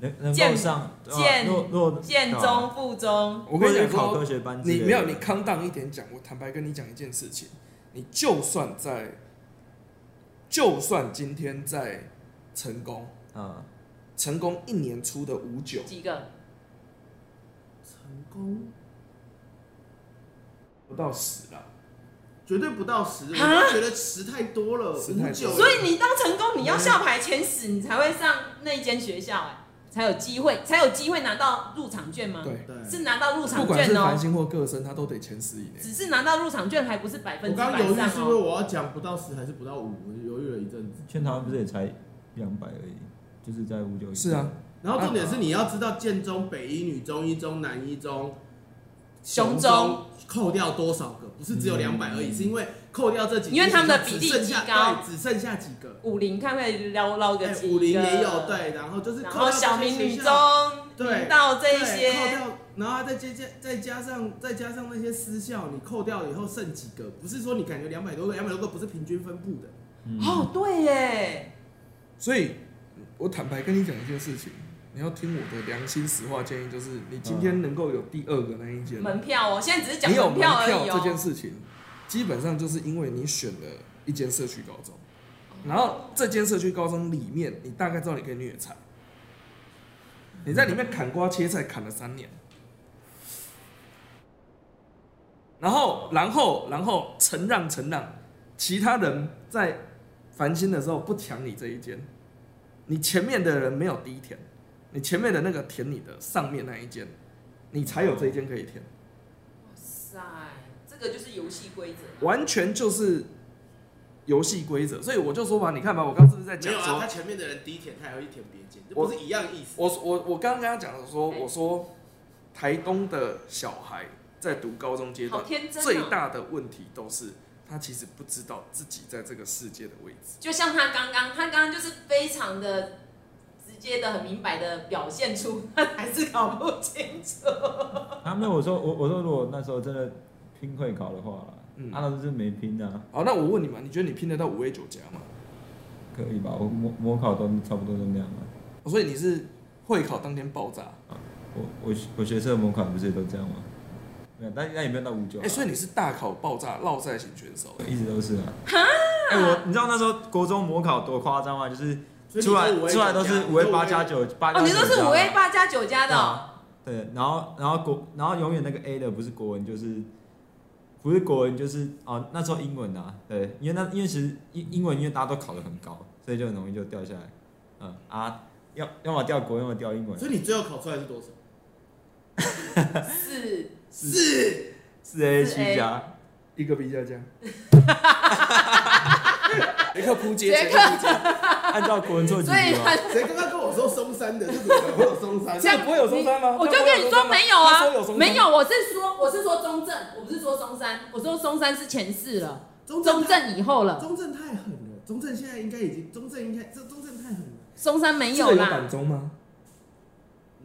Speaker 3: 能能够
Speaker 1: 建
Speaker 3: 上，对
Speaker 2: 啊
Speaker 3: 吧
Speaker 1: 建
Speaker 3: 如果如果
Speaker 1: 建
Speaker 3: 对啊
Speaker 1: 中、附中，
Speaker 2: 我跟你
Speaker 3: 或
Speaker 2: 讲
Speaker 3: 者考
Speaker 2: 说
Speaker 3: 科，学班之类
Speaker 2: 你
Speaker 3: 的，
Speaker 2: 没有你康荡一点讲，我坦白跟你讲一件事情，你就算在，就算今天在成功，
Speaker 3: 嗯。
Speaker 2: 成功一年出的五九，
Speaker 1: 几个？
Speaker 4: 成功
Speaker 2: 不到十啦，
Speaker 4: 绝对不到十，我就
Speaker 1: 啊
Speaker 4: 觉得十太多了，
Speaker 2: 十
Speaker 4: 五
Speaker 2: 太多
Speaker 4: 九，
Speaker 2: 了
Speaker 1: 所以你当成功，你要下排前十，你才会上那间学校、哎，才有机会，才有机会拿到入场券吗？
Speaker 2: 对，
Speaker 4: 对。
Speaker 1: 是拿到入
Speaker 2: 不
Speaker 1: 场
Speaker 2: 管是
Speaker 1: 券
Speaker 2: 繁
Speaker 1: 哦、
Speaker 2: 星或个生，他都得前十以内。
Speaker 1: 只是拿到入场券还不是百分
Speaker 4: 我
Speaker 1: 之
Speaker 4: 刚
Speaker 1: 百
Speaker 4: 刚犹豫
Speaker 1: 上
Speaker 4: 是因为
Speaker 1: 哦、
Speaker 4: 我要讲不到十还是不到五，我犹豫了一阵子。
Speaker 3: 全台湾不是也才两百而已，就是在五九。
Speaker 2: 是啊，
Speaker 4: 然后重点是你要知道建中、北一女中、一中、南一中、
Speaker 1: 雄中
Speaker 4: 扣掉多少个，不是只有两百而已，
Speaker 3: 嗯
Speaker 4: 是因为扣掉这几个，
Speaker 1: 因为他们的比例
Speaker 4: 只剩下
Speaker 1: 极高
Speaker 4: 对，只剩下几个。
Speaker 1: 武林看会捞捞个
Speaker 4: 哎，
Speaker 1: 几个，
Speaker 4: 武林也有，对，然后就是
Speaker 1: 然
Speaker 4: 扣掉
Speaker 1: 后
Speaker 4: 这些
Speaker 1: 小明女
Speaker 4: 学
Speaker 1: 中
Speaker 4: 校、对
Speaker 1: 明道这一
Speaker 4: 对扣
Speaker 1: 些，
Speaker 4: 掉，然后再接加再加上再加上那些私校，你扣掉以后剩几个？不是说你感觉两百多个，两百多个不是平均分布的。
Speaker 3: 嗯
Speaker 4: 嗯
Speaker 1: 哦，对耶，
Speaker 2: 所以，我坦白跟你讲一件事情，你要听我的良心实话建议，就是你今天能够有第二个那一
Speaker 4: 嗯
Speaker 2: 间，
Speaker 1: 门票哦、现在只是讲
Speaker 2: 你有门
Speaker 1: 票而
Speaker 2: 票
Speaker 1: 已
Speaker 2: 这件
Speaker 1: 哦、
Speaker 2: 事情，基本上就是因为你选了一间社区高中，
Speaker 1: 哦
Speaker 2: 然后这间社区高中里面，你大概知道你可以虐菜，你在里面砍瓜切菜砍了三年，然后然后然后承让承让，其他人在繁星的时候不抢你这一间，你前面的人没有第一填，你前面的那个填你的上面那一间，你才有这一间可以填。
Speaker 1: 哇塞，这个就是游戏规则。
Speaker 2: 完全就是游戏规则，所以我就说嘛，你看嘛，我刚是不是在
Speaker 5: 没
Speaker 2: 讲
Speaker 5: 有啊，
Speaker 2: 说
Speaker 5: 他，前面的人第一舔，他还要去舔别人肩，这
Speaker 2: 我
Speaker 5: 不是一样意思？
Speaker 2: 我我我刚刚跟他讲的说，我说台东的小孩在读高中阶
Speaker 1: 好
Speaker 2: 段，
Speaker 1: 天真、哦。
Speaker 2: 最大的问题都是他其实不知道自己在这个世界的位置。
Speaker 1: 就像他刚刚，他刚刚就是非常的直接的、很明白的表现出，他还是搞不清楚。
Speaker 3: 他们我说我我说如果那时候真的拼会考的话啦，
Speaker 2: 嗯
Speaker 3: 阿老师是没拼的啊，
Speaker 2: 好，那我问你嘛，你觉得你拼得到五 A 九加吗？
Speaker 3: 可以吧？我模模考都差不多都那样啊了。
Speaker 2: 哦所以你是会考当天爆炸，
Speaker 3: 我我学我学测模考不是也都这样吗？没有，但但也没有到五九、
Speaker 2: 哎、
Speaker 3: 啊。
Speaker 2: 所以你是大考爆炸落赛型选手、哎
Speaker 3: 一直都是啊。哎、我你知道那时候国中模考多夸张吗？就是
Speaker 5: 所以你
Speaker 3: 出来
Speaker 5: 都五 A
Speaker 3: 出来都是
Speaker 5: 九加
Speaker 3: 五 A 八加九八
Speaker 1: 哦，
Speaker 3: 加九
Speaker 1: 你
Speaker 3: 加
Speaker 1: 都
Speaker 3: 嘛。
Speaker 1: 是五 A 八加九加的、哦，
Speaker 3: 对，然后然后国然后永远那个 A 的不是国文就是不是国文就是哦那时候英文啊，对，因为那因为其实英英文因为大家都考得很高，所以就很容易就掉下来。嗯啊，要要么掉国文，要么掉英文
Speaker 5: 所。以你最后考出来是多少？
Speaker 2: 嗯
Speaker 1: 是
Speaker 5: 四，
Speaker 3: 四 A
Speaker 1: 四 A
Speaker 3: 七加，
Speaker 2: 一个 B 加加， 一个扑街，
Speaker 1: 杰克
Speaker 3: 按照国文做几
Speaker 1: 所以
Speaker 3: 题嘛
Speaker 2: 啊
Speaker 1: 他？
Speaker 5: 谁刚刚跟我说松山的？这怎么可能会有松山？
Speaker 1: 这样
Speaker 2: 不会有松山吗？
Speaker 1: 我就
Speaker 2: 这样不会
Speaker 1: 跟你说
Speaker 2: 松山吗
Speaker 1: 没有
Speaker 2: 哦他
Speaker 1: 啊
Speaker 2: 说有松，山
Speaker 1: 没有，我是说我是说中正，我不是说松山，我说松山是前世了，
Speaker 5: 中
Speaker 1: 中
Speaker 5: 正
Speaker 1: 正以后了，
Speaker 5: 中正太狠了，中正现在应该已经中正应该这中正太狠了，
Speaker 1: 松山没
Speaker 2: 这
Speaker 1: 有
Speaker 2: 个
Speaker 1: 啦
Speaker 2: 板，中吗？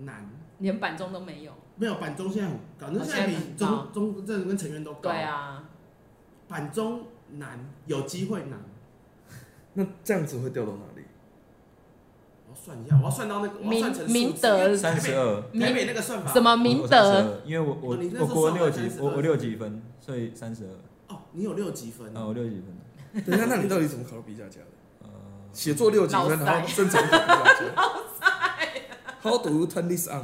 Speaker 5: 难。
Speaker 1: 连板中都没有。
Speaker 2: 哦
Speaker 5: 没有板中现在很高，那
Speaker 1: 哦
Speaker 5: 现在
Speaker 1: 现在
Speaker 5: 比
Speaker 1: 很高
Speaker 5: 中中正跟成员都高。
Speaker 1: 对，啊，
Speaker 5: 板中难，有机会难。
Speaker 2: 那这样子会掉到哪里？
Speaker 5: 我要算一下，我要算到那个，我要算成数字
Speaker 1: 明明德
Speaker 5: 因为
Speaker 3: 三
Speaker 5: 台
Speaker 3: 十
Speaker 5: 北
Speaker 3: 二。
Speaker 1: 明
Speaker 5: 台北那个算法
Speaker 1: 什么明
Speaker 3: 我
Speaker 1: 德？，
Speaker 3: 32因为我我
Speaker 5: 哦你那时
Speaker 3: 我
Speaker 5: 候
Speaker 3: 国文
Speaker 5: 上
Speaker 3: 六
Speaker 5: 完
Speaker 3: 级，
Speaker 5: 32
Speaker 3: 我我六级分，所以三十二，
Speaker 5: 哦，你有六级分
Speaker 3: 啊，我六级分，
Speaker 2: 等一下，那你到底怎么考到 B 加加的？
Speaker 3: 呃，
Speaker 2: 写作六级分，
Speaker 1: 老塞
Speaker 2: 然后正常考 B 加 加。How
Speaker 1: 啊
Speaker 2: do you turn this on,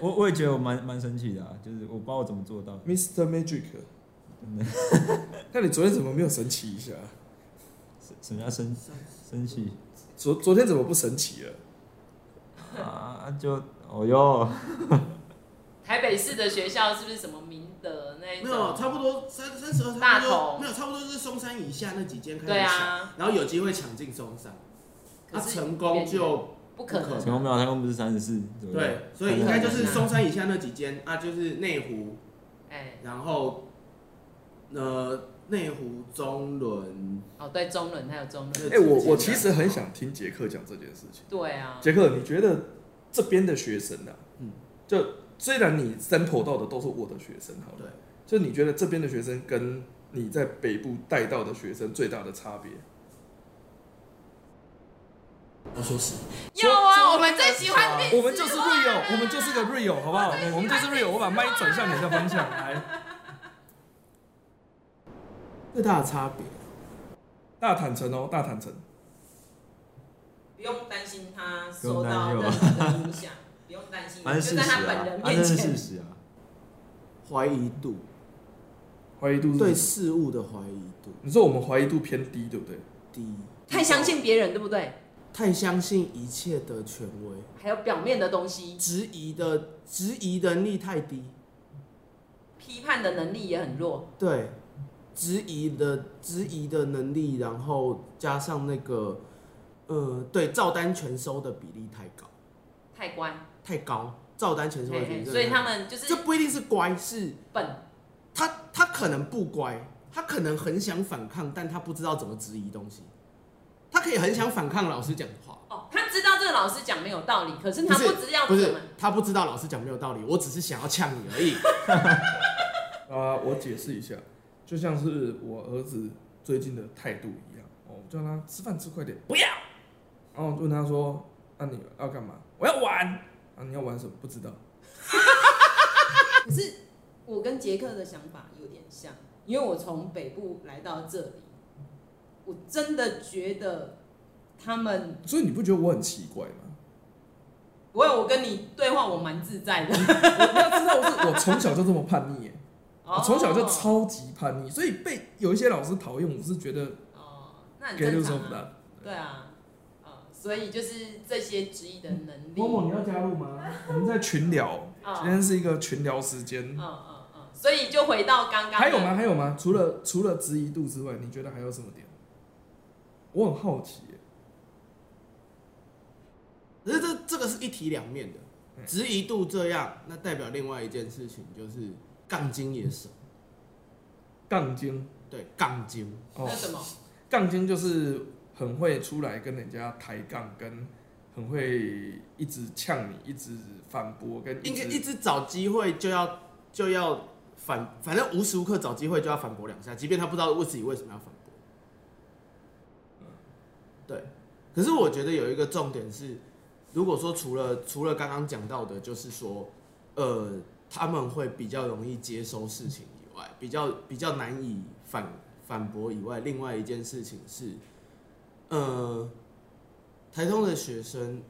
Speaker 3: 我我也觉得我蛮蛮神奇的啊，就是我不知道我怎么做到的，
Speaker 2: Mr. Magic？那你昨天怎么没有神奇一下？
Speaker 3: 什什么叫生
Speaker 5: 三
Speaker 3: 生气
Speaker 2: 昨昨天怎么不神奇了？
Speaker 3: 啊？就哦哟，
Speaker 1: 台北市的学校是不是什么明德那一
Speaker 5: 没有，
Speaker 1: 种？
Speaker 5: 差不多三三十二，差
Speaker 1: 大
Speaker 5: 不
Speaker 1: 头
Speaker 5: 多没有，差不多是松山以下那几间开始
Speaker 1: 对
Speaker 5: 抢，
Speaker 1: 啊，
Speaker 5: 然后有机会抢进松山，
Speaker 1: 可
Speaker 5: 那
Speaker 1: 是
Speaker 5: 成功就
Speaker 1: 不可
Speaker 5: 不
Speaker 1: 能
Speaker 5: 可。
Speaker 3: 成功没有？他们不是三十四左右，
Speaker 5: 对，所以应该就是
Speaker 1: 可能啊
Speaker 5: 松山以下那几间啊，就是内湖，
Speaker 1: 哎，
Speaker 5: 然后呃内湖中仑，
Speaker 1: 哦，对，中轮还有中轮。
Speaker 2: 哎、
Speaker 5: 这
Speaker 2: 我
Speaker 5: 这
Speaker 2: 我
Speaker 5: 这
Speaker 2: 其实很想听杰克讲这件事情。
Speaker 1: 对啊，
Speaker 2: 杰克，你觉得这边的学生啊，嗯
Speaker 5: 嗯，
Speaker 2: 就虽然你 sample 到的都是我的学生，好了，
Speaker 5: 对，
Speaker 2: 就你觉得这边的学生跟你在北部带到的学生最大的差别？
Speaker 5: 我说实话
Speaker 1: 有啊，我们最喜欢历史
Speaker 2: 我们就是
Speaker 1: 啊
Speaker 2: real，我们就是个 real，好不好？我们就是 real，我把麦转向你的方向来。
Speaker 5: 最大的差别，啊
Speaker 2: 大坦诚哦，大坦诚。
Speaker 1: 不用担心他
Speaker 3: 不
Speaker 1: 受
Speaker 3: 用担
Speaker 1: 到
Speaker 3: 心
Speaker 1: 任何的影响， 不用担心，
Speaker 3: 反正
Speaker 1: 就
Speaker 3: 事
Speaker 1: 在
Speaker 3: 实
Speaker 1: 他
Speaker 3: 啊
Speaker 1: 本人，
Speaker 3: 啊，这
Speaker 1: 面
Speaker 3: 是
Speaker 1: 前
Speaker 3: 事。实啊，
Speaker 5: 怀疑度
Speaker 2: 怀疑度是
Speaker 5: 对事物的怀疑度
Speaker 2: 你说我们怀疑度偏低，对不对？
Speaker 5: 低，
Speaker 1: 太相信别人，对不对？
Speaker 5: 太相信一切的权威，
Speaker 1: 还有表面的东西，
Speaker 5: 质疑的质疑能力太低，
Speaker 1: 批判的能力也很弱。
Speaker 5: 对，质疑的质疑的能力，然后加上那个呃对照单全收的比例太高。
Speaker 1: 太乖，
Speaker 5: 太高，照单全收的
Speaker 1: 嘿
Speaker 5: 比
Speaker 1: 嘿
Speaker 5: 例真
Speaker 1: 所
Speaker 5: 的太高。
Speaker 1: 以他们就
Speaker 5: 这
Speaker 1: 是
Speaker 5: 不一定是乖，是
Speaker 1: 笨，
Speaker 5: 他他可能不乖，他可能很想反抗，但他不知道怎么质疑东西。他可以很想反抗老师讲的话，
Speaker 1: 哦，他知道这个老师讲没有道理，可是他
Speaker 5: 不是
Speaker 1: 知道
Speaker 5: 不
Speaker 1: 怎
Speaker 5: 是
Speaker 1: 么，
Speaker 5: 他不知道老师讲没有道理，我只是想要呛你而已。
Speaker 2: 啊，我解释一下，就像是我儿子最近的态度一样，哦，我叫他吃饭吃快点，不要。然后我问他说：“那、你要干嘛？”我要玩。啊，你要玩什么？不知道。
Speaker 1: 可是我跟杰克的想法有点像，因为我从北部来到这里，我真的觉得他们，
Speaker 2: 所以你不觉得我很奇怪吗？
Speaker 1: 我有我跟你对话，我蛮自在的。
Speaker 2: 我你要知道，是我从小就这么叛逆耶，我从小就
Speaker 1: 哦
Speaker 2: 超级叛逆，所以被有一些老师讨厌，我是觉得
Speaker 1: 哦，那很
Speaker 2: get
Speaker 1: 正
Speaker 2: loose
Speaker 1: 常
Speaker 2: of
Speaker 1: 啊。
Speaker 2: that。
Speaker 1: 对啊，啊，所以就是这些质疑的能力。
Speaker 2: 某某，
Speaker 1: 嗯
Speaker 2: 你要加入吗？我们在 群聊，
Speaker 1: 哦
Speaker 2: 今天是一个群聊时间。
Speaker 1: 嗯嗯，所以就回到刚刚，
Speaker 2: 还有吗？？还有吗？除了除了质疑度之外，你觉得还有什么点？我很好奇耶，
Speaker 5: 可是这这个是一体两面的，质疑度这样，那代表另外一件事情就是杠精也少，
Speaker 2: 杠精
Speaker 5: 对杠精，
Speaker 2: 哦
Speaker 1: 那，什么？
Speaker 2: 杠精就是很会出来跟人家抬杠，跟很会一直呛你，一直反驳，跟
Speaker 5: 应该
Speaker 2: 直
Speaker 5: 一直找机会就要就要反，反正无时无刻找机会就要反驳两下，即便他不知道为自己为什么要反驳。
Speaker 2: 嗯
Speaker 5: 对，可是我觉得有一个重点是，如果说除了除了刚刚讲到的，就是说，呃，他们会比较容易接收事情以外，比较比较难以反反驳以外，另外一件事情是，呃，台通的学生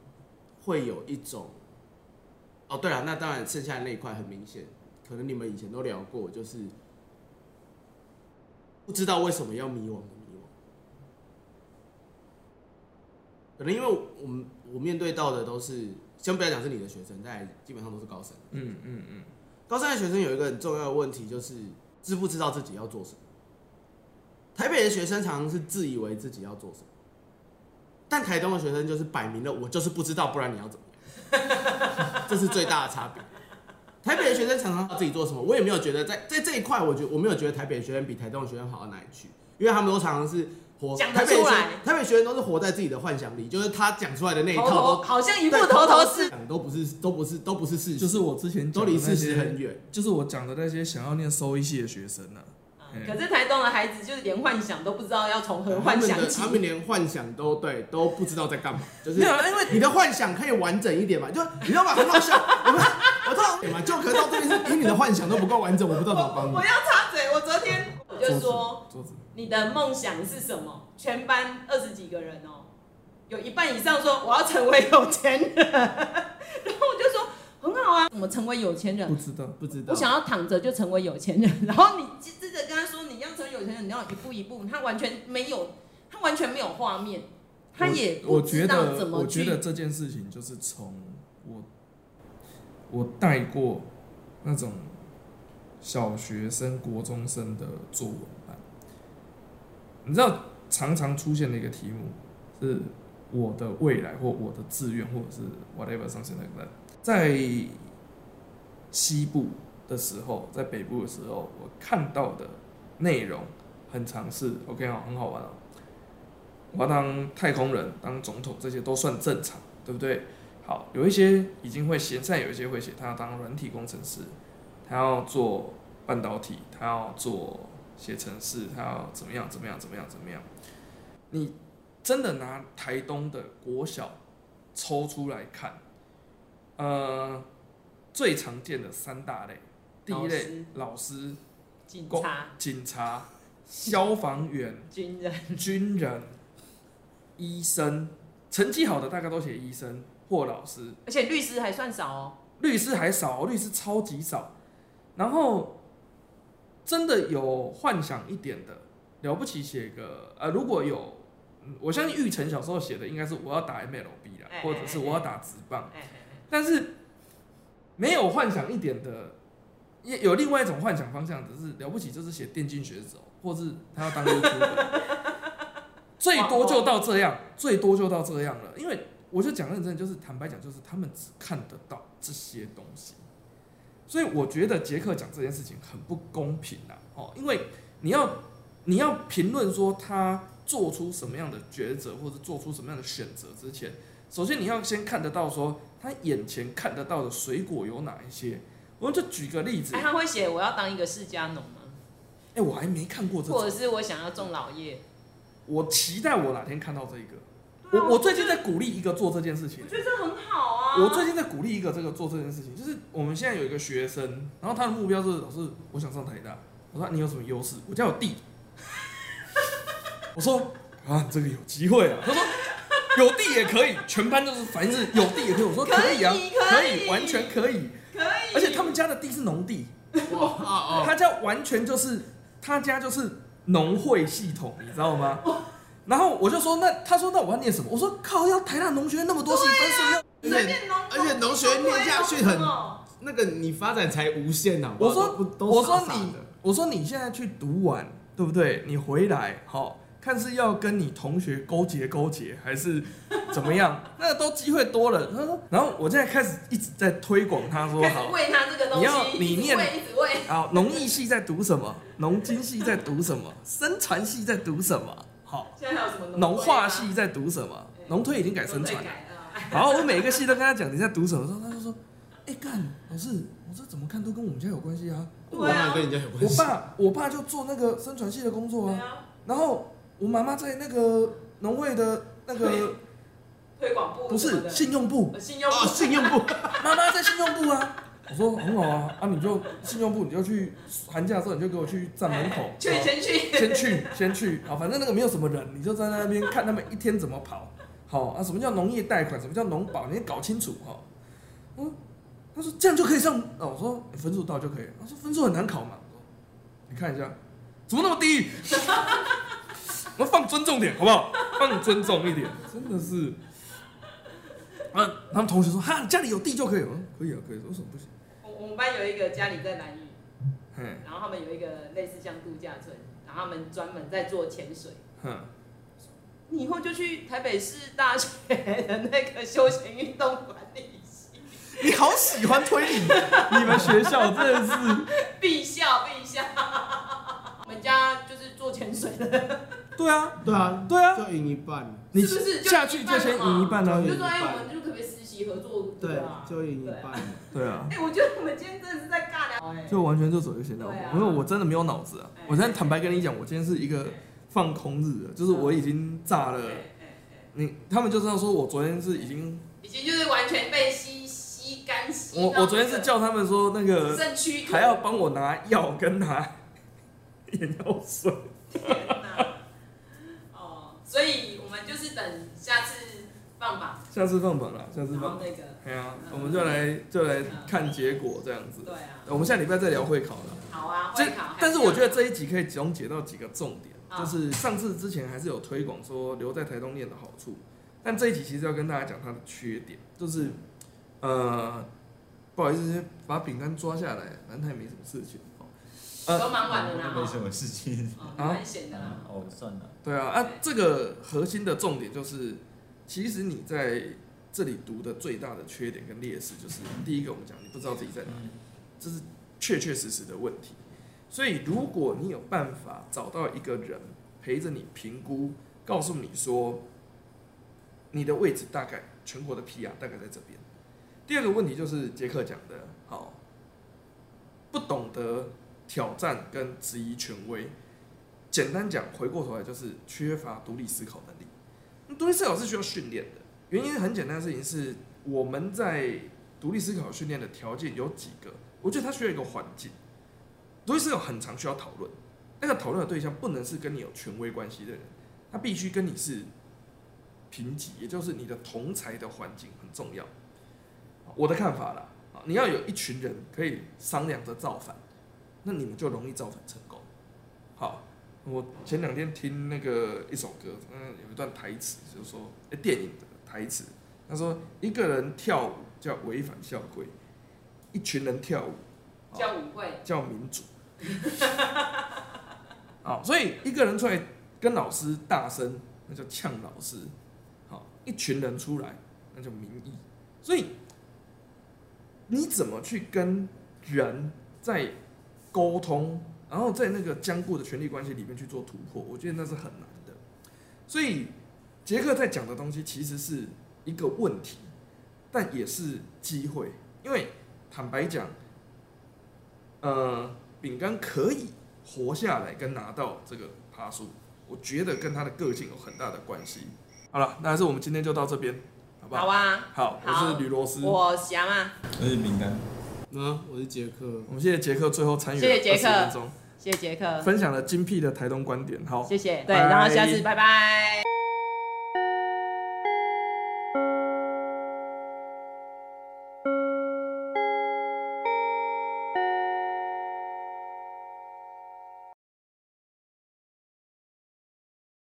Speaker 5: 会有一种。哦，对了，那当然剩下的那一块很明显，可能你们以前都聊过，就是不知道为什么要迷惘的迷惘。可能因为我们我面对到的都是，先不要讲是你的学生，但基本上都是高三。
Speaker 2: 嗯嗯嗯，
Speaker 5: 高三的学生有一个很重要的问题，就是知不知道自己要做什么。台北的学生常常是自以为自己要做什么，但台东的学生就是摆明了我就是不知道，不然你要怎么样？ 这是最大的差别。台北的学生常常知道自己做什么，我也没有觉得在在这一块，我觉我没有觉得台北的学生比台东的学生好到哪里去，因为他们都常常是活
Speaker 1: 讲得
Speaker 5: 台北的
Speaker 1: 出
Speaker 5: 学
Speaker 1: 来
Speaker 5: 台北学生都是活在自己的幻想里，就是他讲出来的那一
Speaker 1: 头
Speaker 5: 套都
Speaker 1: 头好像哦一
Speaker 5: 对
Speaker 1: 副头头是，
Speaker 5: 都不是都不是都不是事实，
Speaker 2: 就是我之前讲
Speaker 5: 都
Speaker 2: 的
Speaker 5: 离
Speaker 2: 那
Speaker 5: 事实
Speaker 2: 些
Speaker 5: 很远。
Speaker 2: 就是我讲的那些想要念收一系的学生呢、啊
Speaker 1: 嗯可是台东的孩子就是连幻想都不知道要从何
Speaker 5: 他
Speaker 1: 幻
Speaker 5: 们
Speaker 1: 想
Speaker 5: 的
Speaker 1: 起
Speaker 5: 他。们连幻想都对都不知道在干嘛，就是
Speaker 2: 没有因为
Speaker 5: 你的幻想可以完整一点嘛，就你知道吗？很好笑，我们我通常哎嘛，就可到这边是哎因为你的幻想都不够完整，我不知道怎么帮
Speaker 1: 我
Speaker 5: 你。
Speaker 1: 要插嘴，我昨天我就说
Speaker 2: 桌子，
Speaker 1: 你的梦想是什么？全班二十几个人哦，有一半以上说我要成为有钱人， 然后我就说很好啊，怎么成为有钱
Speaker 2: 桌子不
Speaker 1: 人？
Speaker 2: 知道，
Speaker 5: 不知道
Speaker 1: 我，想要躺着就成为有钱人，然后你接着跟他说你要成为有钱人，你要一步一步，他完全没有，他完全没有画面，他也不
Speaker 2: 我我觉
Speaker 1: 知道
Speaker 2: 得
Speaker 1: 怎么
Speaker 2: 我觉得
Speaker 1: 去。
Speaker 2: 这件事情就是从我我带过那种小学生、国中生的作文班，你知道常常出现的一个题目是我的未来或我的志愿或者是 whatever something like that，在西部的时候，在北部的时候，我看到的内容很尝试 OK 哦，很好玩哦。我要当太空人、当总统，这些都算正常，对不对？好，有一些已经会写，现在有一些会写，他要当软体工程师，他要做半导体，他要做写程式，他要怎么样怎么样怎么样怎么样。你真的拿台东的国小抽出来看，呃，最常见的三大类，第一类老师、
Speaker 1: 警
Speaker 2: 公
Speaker 1: 察、
Speaker 2: 警察、消防员。
Speaker 1: 军人，
Speaker 2: 军人、医生，成绩好的大概都写医生或老师，
Speaker 1: 而且律师还算少哦。
Speaker 2: 律师还少哦，律师超级少。然后真的有幻想一点的，了不起写个呃，如果有，嗯我相信玉成小时候写的应该是我要打 MLB 啦
Speaker 1: 哎哎，
Speaker 2: 或者是我要打直棒，
Speaker 1: 哎哎哎
Speaker 2: 但是没有幻想一点的。也有另外一种幻想方向，只是了不起就是写电竞选手，或是他要当 YouTuber，最多就到这样，最多就到这样了。因为我就讲认真，就是坦白讲，就是他们只看得到这些东西，所以我觉得杰克讲这件事情很不公平啦、哦，因为你要你要评论说他做出什么样的抉择，或者做出什么样的选择之前，首先你要先看得到说他眼前看得到的水果有哪一些。我们就举个例子，
Speaker 1: 哎，
Speaker 2: 哎、
Speaker 1: 他会写我要当一个世家农吗？
Speaker 2: 我还没看过这
Speaker 1: 或者
Speaker 2: 种，
Speaker 1: 是我想要种老叶。
Speaker 2: 我期待我哪天看到这一个。
Speaker 1: 啊
Speaker 2: 我我最近在鼓励一个做这件事情
Speaker 1: 我，觉得这很好啊。
Speaker 2: 我最近在鼓励一个这个做这件事情，就是我们现在有一个学生，然后他的目标是老师，我想上台大。我说你有什么优势？我家有地。 我说啊，你这个有机会啊。他说有地也可以，全班就是反正是有地也可以。我说
Speaker 1: 可以
Speaker 2: 以啊，
Speaker 1: 可以
Speaker 2: 以，完全可以。
Speaker 1: 可以，
Speaker 2: 而且他们家的地是农地，
Speaker 5: 哇哦哦，
Speaker 2: 他家完全就是他家就是农会系统，你知道吗？然后我就说，那他说那我要念什么？我说靠，要台大农学院那么多系
Speaker 1: 啊
Speaker 2: 分数，要
Speaker 5: 而
Speaker 1: 随
Speaker 5: 且
Speaker 1: 便农，
Speaker 5: 而且农学院念下去很
Speaker 1: 哦
Speaker 5: 那个你发展才无限呐、啊。
Speaker 2: 我
Speaker 5: 都不
Speaker 2: 说，
Speaker 5: 都
Speaker 2: 我
Speaker 5: 傻
Speaker 2: 说
Speaker 5: 傻
Speaker 2: 你
Speaker 5: 的，
Speaker 2: 我说你现在去读完，对不对？你回来，好，看是要跟你同学勾结勾结，还是怎么样， 那都机会多了。他说，然后我现在开始一直在推广，他说
Speaker 1: 开
Speaker 2: 好
Speaker 1: 始，喂他这个东
Speaker 2: 你要
Speaker 1: 西，
Speaker 2: 理
Speaker 1: 一直
Speaker 2: 念
Speaker 1: 喂，一直喂。
Speaker 2: 好，农艺系在读什么？农经系在读什么？生产系在读什么？好，
Speaker 1: 现在还有什么
Speaker 2: 农
Speaker 1: 会啊
Speaker 2: 化系在读什么？农推已经改生
Speaker 1: 都在
Speaker 2: 产了。
Speaker 1: 改啊
Speaker 2: 然后我每一个系都跟他讲你在读什么，时候他就说：“哎、干老师，我这怎么看都跟我们家有关系啊！
Speaker 1: 嗯
Speaker 5: 我哪有跟人家有关
Speaker 2: 我
Speaker 5: 系？
Speaker 2: 爸我爸就做那个生传系的工作
Speaker 1: 对
Speaker 2: 啊，
Speaker 1: 啊，
Speaker 2: 然后我妈妈在那个农会的那个
Speaker 1: 推广部
Speaker 2: 不
Speaker 1: 什么
Speaker 2: 是
Speaker 1: 的
Speaker 2: 信用部，
Speaker 1: 呃信用
Speaker 5: 哦，
Speaker 1: 部
Speaker 5: 信用部，
Speaker 2: 妈妈在信用部啊。”我说很好啊，啊你就信用部你就去寒假的时候你就给我去站门口，
Speaker 1: 哎去
Speaker 2: 啊
Speaker 1: 先去，
Speaker 2: 先去，先去，好，反正那个没有什么人，你就在那边看他们一天怎么跑。好啊，什么叫农业贷款？什么叫农保？你得搞清楚哈。嗯，他说这样就可以上，哦，我说分数到就可以了。他说分数很难考嘛，我说你看一下，怎么那么低？ 我们放尊重点好不好？放尊重一点，真的是。啊，他们同学说哈，你家里有地就可以了，我说可以啊，可以啊，为什么不行？
Speaker 1: 我我们班有一个家里在南屿，
Speaker 2: 嘿，
Speaker 1: 然后他们有一个类似像度假村，然后他们专门在做潜水。
Speaker 2: 哼，
Speaker 1: 你以后就去台北市大学的那个休闲运动管理系，
Speaker 5: 你好喜欢推理，
Speaker 2: 你们学校真的是。
Speaker 1: 必校必校。 我们家就是做潜水的，
Speaker 2: 对啊，
Speaker 5: 对啊，
Speaker 2: 对啊，
Speaker 5: 就赢一半，
Speaker 2: 你
Speaker 1: 是不是就
Speaker 2: 下去就先赢一半呢、
Speaker 1: 我
Speaker 5: 对
Speaker 1: 就说哎、我们就可不可以实习合作
Speaker 5: 对
Speaker 1: 啊？，
Speaker 5: 就赢一
Speaker 1: 对啊
Speaker 5: 半。
Speaker 2: 对啊，
Speaker 1: 哎、我觉得我们今天真的是在尬聊、哎
Speaker 2: 就完全就走一些脑
Speaker 1: 对啊
Speaker 2: 因为我真的没有脑子啊
Speaker 1: 哎。
Speaker 2: 我现在坦白跟你讲，我今天是一个放空日了，啊就是我已经炸了
Speaker 1: 哎。哎哎
Speaker 2: 你他们就知道说我昨天是已经，
Speaker 1: 已经就是完全被吸吸干吸
Speaker 2: 我
Speaker 1: 到
Speaker 2: 我昨天是叫他们说那
Speaker 1: 那个
Speaker 2: 个
Speaker 1: 肾区
Speaker 2: 还要帮我拿药跟拿 眼药水。
Speaker 1: 天哪哦，所以我们就是等下次放榜，
Speaker 2: 下次放榜了，下次
Speaker 1: 然
Speaker 2: 放
Speaker 1: 后
Speaker 2: 榜。
Speaker 1: 那个
Speaker 2: 哎呀
Speaker 1: 嗯，
Speaker 2: 我们就来就来看结果这样子。
Speaker 1: 对啊，
Speaker 2: 我们下礼拜再聊会考了。
Speaker 1: 好啊，
Speaker 2: 这
Speaker 1: 会考还要，
Speaker 2: 但是我觉得这一集可以总结到几个重点，
Speaker 1: 啊
Speaker 2: 就是上次之前还是有推广说留在台东念的好处，但这一集其实要跟大家讲它的缺点，就是
Speaker 1: 嗯
Speaker 2: 呃，不好意思，把饼干抓下来，反正它也没什么事情。哦
Speaker 1: 都蛮晚了啦，
Speaker 3: 没
Speaker 1: 哈
Speaker 3: 什么事情。
Speaker 1: 哦蛮闲的
Speaker 2: 啊
Speaker 1: 啦，
Speaker 3: 哦，算了。
Speaker 2: 对啊，啊，这个核心的重点就是，其实你在这里读的最大的缺点跟劣势就是，第一个我们讲你不知道自己在哪里，这是确确实实的问题。所以如果你有办法找到一个人陪着你评估，告诉你说你的位置大概全国的 PR 大概在这边。第二个问题就是杰克讲的，好，不懂得挑战跟质疑权威。简单讲，回过头来就是缺乏独立思考能力。那独立思考是需要训练的，原因很简单的事情是，我们在独立思考训练的条件有几个，我觉得它需要一个环境。独立思考很常需要讨论，那个讨论的对象不能是跟你有权威关系的人，他必须跟你是平级，也就是你的同才的环境很重要。我的看法啦，啊你要有一群人可以商量着造反，那你们就容易造反成功。好，我前两天听那个一首歌，嗯，有一段台词就是说，诶电影的台词，他说一个人跳舞叫违反校规，一群人跳舞好
Speaker 1: 叫舞会，
Speaker 2: 叫民主。 好，所以一个人出来跟老师大声，那叫呛老师；好，一群人出来，那叫民意。所以你怎么去跟人在沟通，然后在那个僵固的权力关系里面去做突破，我觉得那是很难的。所以杰克在讲的东西其实是一个问题，但也是机会，因为坦白讲。呃，饼干可以活下来跟拿到这个爬树，我觉得跟他的个性有很大的关系。好了，那还是我们今天就到这边，好不
Speaker 1: 好
Speaker 2: 好？
Speaker 1: 啊，
Speaker 2: 好，我是吕罗斯，我
Speaker 1: 我想啊，
Speaker 3: 我是饼干。
Speaker 5: 嗯，我是杰克，
Speaker 2: 们谢谢杰克最后参与了
Speaker 1: 谢谢杰克
Speaker 2: 20分钟，
Speaker 1: 谢谢杰克，
Speaker 2: 分享了精辟的台东观点。好，
Speaker 1: 谢谢，对，
Speaker 2: 拜
Speaker 1: 然后下次拜拜。